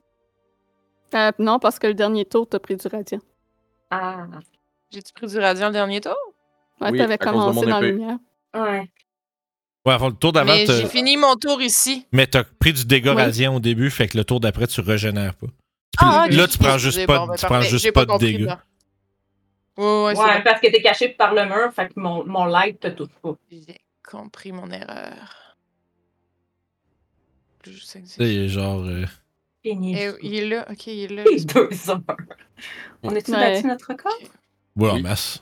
Euh, non, parce que le dernier tour, t'as pris du radiant.
Ah.
J'ai-tu pris du radiant le dernier tour?
Ouais,
Oui, à
t'avais
cause de mon
commencé dans la
épée.
lumière.
Ouais.
Ouais, enfin, le tour d'avant,
Mais
t'as-
j'ai fini mon tour ici.
mais t'as pris du dégât
Oui.
radiant au début, fait que le tour d'après, tu régénères pas. Tu peux-
Ah, ok,
là, tu prends
excusez,
juste pas,
bon, ben,
de- tu prends
parfait,
juste
j'ai
pas de
compris,
dégâts.
là. Ouais, ouais,
Ouais,
c'est bon.
parce que t'es caché par le mur, fait que mon, mon light te touche pas.
J'ai compris mon erreur. Je sais que c'est-
C'est genre. euh,
Fini.
Eh, il est là, ok, il est là.
Fini, deux heures. On est-tu
Ouais.
battu notre record?
Ouais, en
Oui.
masse.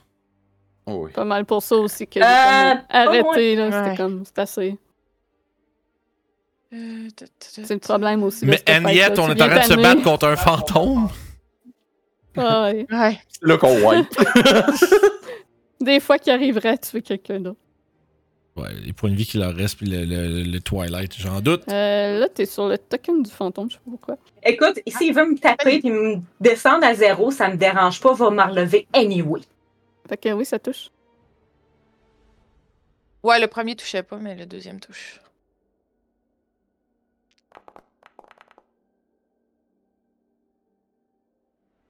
Oh, oui.
Pas mal pour ça aussi que j'ai
Euh,
comme arrêté, là.
Ouais.
C'était comme, c'est assez.
Euh, ta- ta- ta-
C'est le problème aussi. de
Mais
cette fête-là.
Annette, on
Tu
est
viens
en train de se
d'annuler. Ah
battre contre un fantôme.
Ouais.
Ouais.
C'est là qu'on wipe.
Des fois qu'il arriverait à tuer quelqu'un d'autre.
Ouais, les points de vie qui leur restent, puis le, le- le Twilight, j'en doute.
Euh, là, t'es sur le token du fantôme, je sais pas pourquoi.
Écoute, s'il veut me taper et me descendre à zéro, ça me dérange pas, va me relever anyway.
Fait que oui, ça touche.
Ouais, le premier touchait pas, mais le deuxième touche.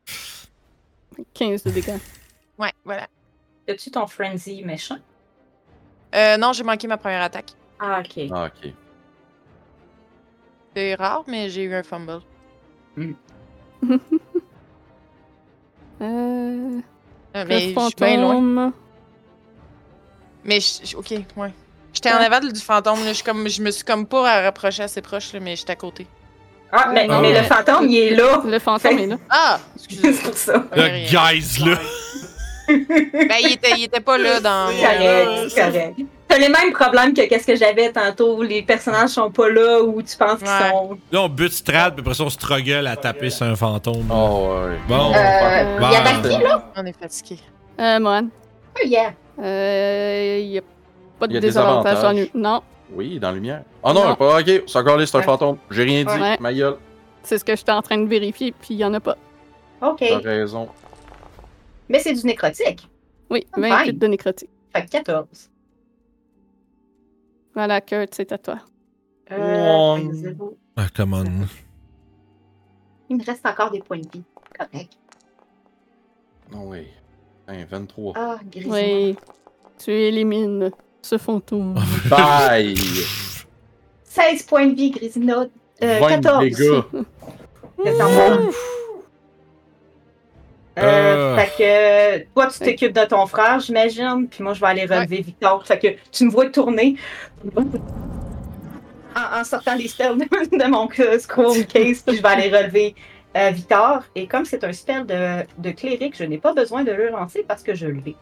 Fait que 15 de dégâts.
Ouais, voilà.
As-tu ton frenzy méchant?
Euh, non, j'ai manqué ma première attaque.
Ah, ok.
Ah, ok.
C'est rare, mais j'ai eu un fumble.
Euh,
Euh,
le
mais je suis bien loin.
fantôme.
Mais je- je- ok, ouais. J'étais en avant du fantôme, là. Je, suis comme, je me suis comme pas rapproché assez proche, là, mais j'étais à côté.
Ah, mais,
Ah.
mais le fantôme, il est là.
Le fantôme est là.
Ah! Excusez.
C'est pour ça.
Ça
Le
m'est Ah, ben, rien.
guys, là!
Ben, il était, il était pas là dans.
C'est correct, c'est correct. T'as les mêmes problèmes que qu'est-ce que j'avais tantôt. Les personnages sont pas là ou tu penses qu'ils
Ouais.
sont.
Là, on bute Strad, puis après ça, on struggle à taper sur un fantôme.
Oh, ouais.
Bon.
parfait.
Euh,
Bon.
y a Bastille,
là?
On est fatigué.
Euh, Mohan.
Oh, yeah.
Euh, y a pas de
Y a des
désavantage dans lui.
avantages.
Non,
Oui, dans la lumière. Oh non,
Non.
pas ok, c'est encore là, c'est un fantôme. J'ai rien dit,
Ouais.
ma gueule.
c'est ce que j'étais en train de vérifier, puis il y en a pas.
OK.
T'as raison.
Mais c'est du nécrotique.
Oui,
Ah,
28
fine.
de nécrotique.
Fait que 14.
Voilà, Kurt, c'est à toi.
Euh,
fait que
Ouais.
zéro.
Ah, come on.
Il me reste encore des points de vie. Correct.
Non, oui. Hein, 23.
Ah, gris.
Oui. Tu élimines ce fantôme.
Ah, Bye!
16 points de vie, Grisina. Euh, 14.
dégâts.
Attends, moi. Euh,
Euh.
Fait que toi, tu t'occupes de ton frère, j'imagine, puis moi, je vais aller relever Victor. Fait que tu me vois tourner en, en sortant des spells de, de mon euh, scroll case, puis je vais aller relever euh, Victor. Et comme c'est un spell de, de cléric, je n'ai pas besoin de le lancer parce que je l'ai.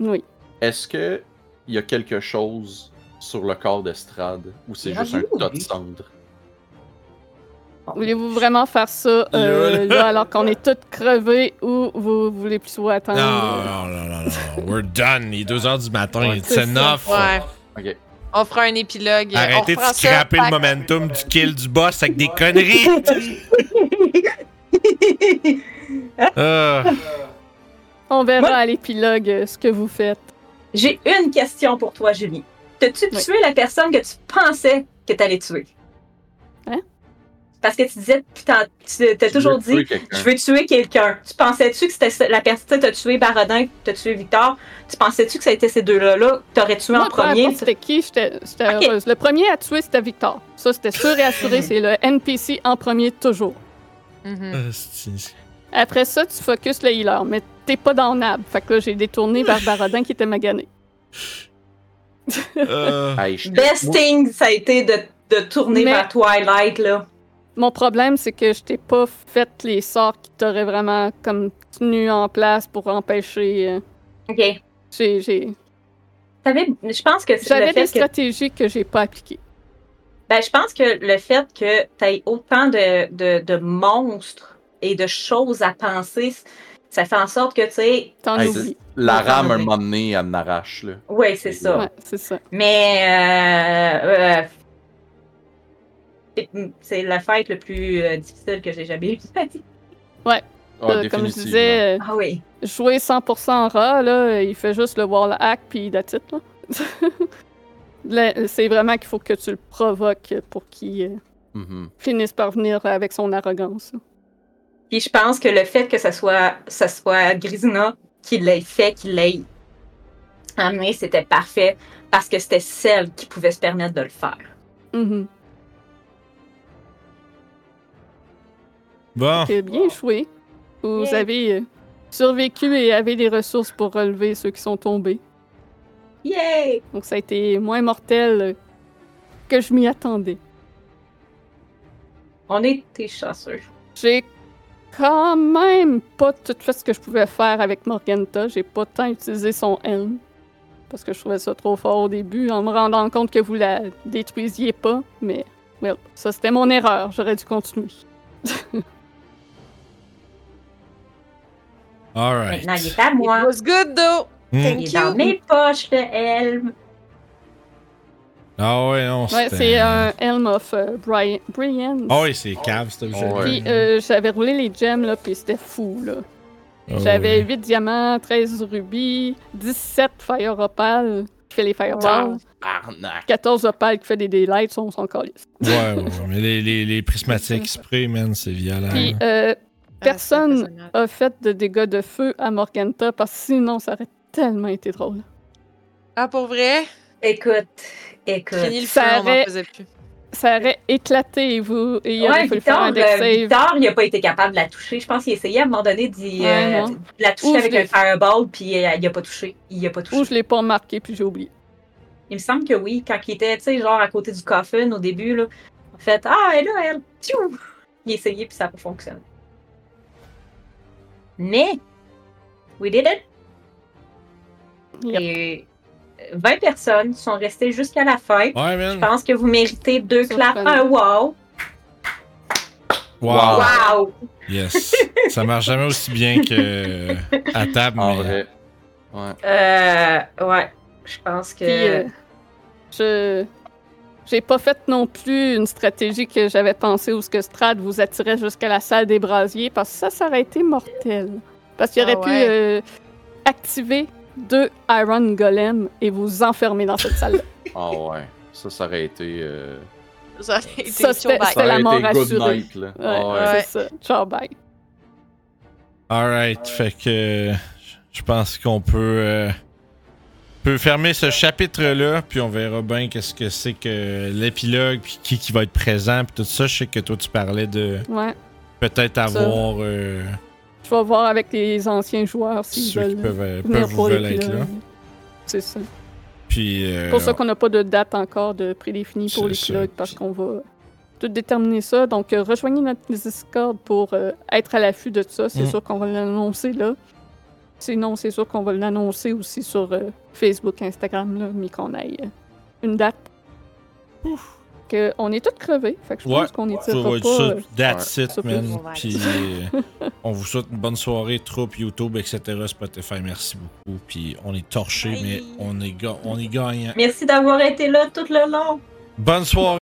Oui.
Est-ce que il y a quelque chose sur le corps d'Estrade ou c'est
Il
juste
a
un
vu,
tas de
lui.
cendres?
Voulez-vous vraiment faire ça euh, là, alors qu'on est toutes crevées ou vous voulez plutôt attendre?
Non, non, non, non, non. We're done. Il est 2h du matin.
Ouais,
It's
c'est ça.
enough.
Ouais.
Ok.
On fera un épilogue.
Arrêtez
on
de
reprend ça,
scraper le
pack.
momentum du kill du boss avec des conneries. Ah.
On verra
Ouais.
à l'épilogue euh, ce que vous faites.
J'ai une question pour toi, Julie. T'as-tu
Oui.
tué la personne que tu pensais que t'allais tuer?
Hein?
Parce que tu disais, putain, tu t'as
Tu
toujours
veux tuer
dit,
quelqu'un.
je veux tuer quelqu'un. Tu pensais-tu que c'était ce- la personne que t'as tué Baradin, que t'as tué Victor? Tu pensais-tu que ça a été ces deux-là là, que t'aurais tué en
Moi, peu
premier?
importe C'était qui? J'étais j'étais
Ok.
heureuse. Le premier à tuer, c'était Victor. Ça, c'était sûr et assuré. c'est le NPC en premier, toujours.
Mhm.
Ah, c'est-
Après ça, tu focuses le healer, mais t'es pas dans Nab. Fait que là, j'ai détourné vers Baradin qui était magané.
Ah.
Hey, je-
Best thing, ça a été de, de tourner
Mais-
vers Twilight, là.
Mon problème, c'est que je t'ai pas fait les sorts qui t'auraient vraiment comme tenu en place pour empêcher. euh,
OK.
j'ai- j'ai-
T'avais- Je pense que c'est le
J'avais des
fait que...
stratégies que j'ai pas appliquées.
Ben, je pense que le fait que tu aies autant de, de, de monstres et de choses à penser, Ça fait en sorte que, tu sais,
T'en
Hey,
oublies.
La
Attends,
rame, un
mais-
moment donné, elle m'arrache, là.
ouais, c'est ça.
Ouais, c'est ça.
Mais euh, euh, c'est- hum, c'est la fête le plus euh, difficile que j'ai jamais eue.
Ah,
Euh, comme je
définitivement.
disais, euh,
ah oui.
jouer 100% en rat, là, il fait juste le wall hack puis la titre. là. Là, c'est vraiment qu'il faut que tu le provoques pour qu'il euh,
Mhm.
finisse par venir avec son arrogance. là.
Puis je pense que le fait que ça soit, ça soit Grisina qui l'ait fait, qui l'ait amené, c'était parfait parce que c'était celle qui pouvait se permettre de le faire.
Mhm.
Bon,
Fait que euh, bien joué. Vous
Yay.
avez euh, survécu et avez les ressources pour relever ceux qui sont tombés.
Yay!
Donc ça a été moins mortel euh, que je m'y attendais.
On était chanceux.
J'ai quand même pas tout fait ce que je pouvais faire avec Morganta. J'ai pas tant utilisé son helm. Parce que je trouvais ça trop fort au début, en me rendant compte que vous la détruisiez pas. Mais, well, ça c'était mon erreur. J'aurais dû continuer.
alright.
Maintenant, il est à
It
moi.
was good, though.
Hmm.
Thank
Il est dans
you.
mes poches, le helm.
Ah ouais, non,
Ouais, c'est un helm of euh, Brian. Brian.
Ah ouais, c'est cave, c'est
Ouais.
Puis euh, j'avais roulé les gems, là, puis c'était fou, là.
Ah
J'avais 8 diamants, 13 rubis, 17 fire opales qui fait les fireballs,
Arnaque.
14 opales qui fait des daylights, on s'en calisse.
Ouais, ouais, ouais, mais les, les, les prismatiques spray, man, c'est violent.
Puis
hein.
euh, Personne.
Ah, c'est impressionnant.
a fait de dégâts de feu à Morganta parce que sinon ça aurait tellement été drôle.
Ah, pour vrai?
Écoute, écoute.
Fini le feu,
Ça
on m'en
aurait-
faisait plus.
ça aurait éclaté et vous et il
Ouais, euh,
aurait fallu faire
Victor,
un deck
le-
save.
Victor, il a pas été capable de la toucher. Je pense qu'il essayait à un moment donné d'y,
Ouais,
euh,
non.
de la toucher
Ou je
avec
l'ai-
un fireball, puis euh, il a pas touché. Il a pas touché.
Ou je l'ai pas marqué puis j'ai oublié.
Il me semble que oui, quand il était, tu sais, genre à côté du coffin au début, là, en fait, ah, elle là, elle, tchou! Il essayait, puis ça n'a pas fonctionné. Mais, we did it!
Yep.
Et euh, 20 personnes sont restées jusqu'à la fin.
Ouais,
Je
man.
pense que vous méritez deux
Ça,
claps,
c'est pas
un wow.
Wow.
Wow.
Wow!
Yes. ça marche jamais aussi bien que euh, à table,
En
mais- euh,
vrai. Ouais.
Euh, ouais, je pense que.
Puis euh, je j'ai pas fait non plus une stratégie que j'avais pensée où ce que Strad vous attirait jusqu'à la salle des brasiers parce que ça ça aurait été mortel. Parce qu'il
Ah
aurait pu
ouais.
euh, activer deux Iron Golem et vous enfermer dans cette salle.
Ah ouais. Ça, ça aurait été. euh,
Ça aurait été
Ça,
chaud, bye.
Ça
C'était la
aurait
mort
été good
assurée.
night, là.
là.
Ah
Ouais,
ouais.
Ouais.
c'est ça. Ciao bye.
Alright, fait que euh, je pense qu'on peut, euh, peut fermer ce chapitre-là, puis on verra bien qu'est-ce que c'est que l'épilogue, puis qui, qui va être présent, puis tout ça. Je sais que toi, tu parlais de
Ouais.
peut-être avoir euh,
Je vais voir avec les anciens joueurs s'ils
ceux qui
veulent.
peuvent, euh,
venir
peuvent ou
pour
veulent
les
être là.
pilotes. C'est ça.
Puis, euh,
C'est pour ça qu'on n'a pas de date encore de prédéfinie pour
C'est
les
ça.
pilotes parce qu'on va tout déterminer ça. Donc, euh, rejoignez notre Discord pour euh, être à l'affût de ça. C'est
Mm.
sûr qu'on va l'annoncer là. Sinon, c'est sûr qu'on va l'annoncer aussi sur euh, Facebook, Instagram, là, mais qu'on aille euh, une date. Que on est tous crevés. Fait que je
Ouais.
pense qu'on
ça va
étirera
être
pas.
ça,
euh,
that's it,
ça peut
man.
vous vaincre.
Puis, euh, on vous souhaite une bonne soirée, troupe, YouTube, etc., Spotify, merci beaucoup. Puis, on est torché,
Bye.
mais on est, ga- on est gagnant.
Merci d'avoir été là tout le long.
Bonne soirée!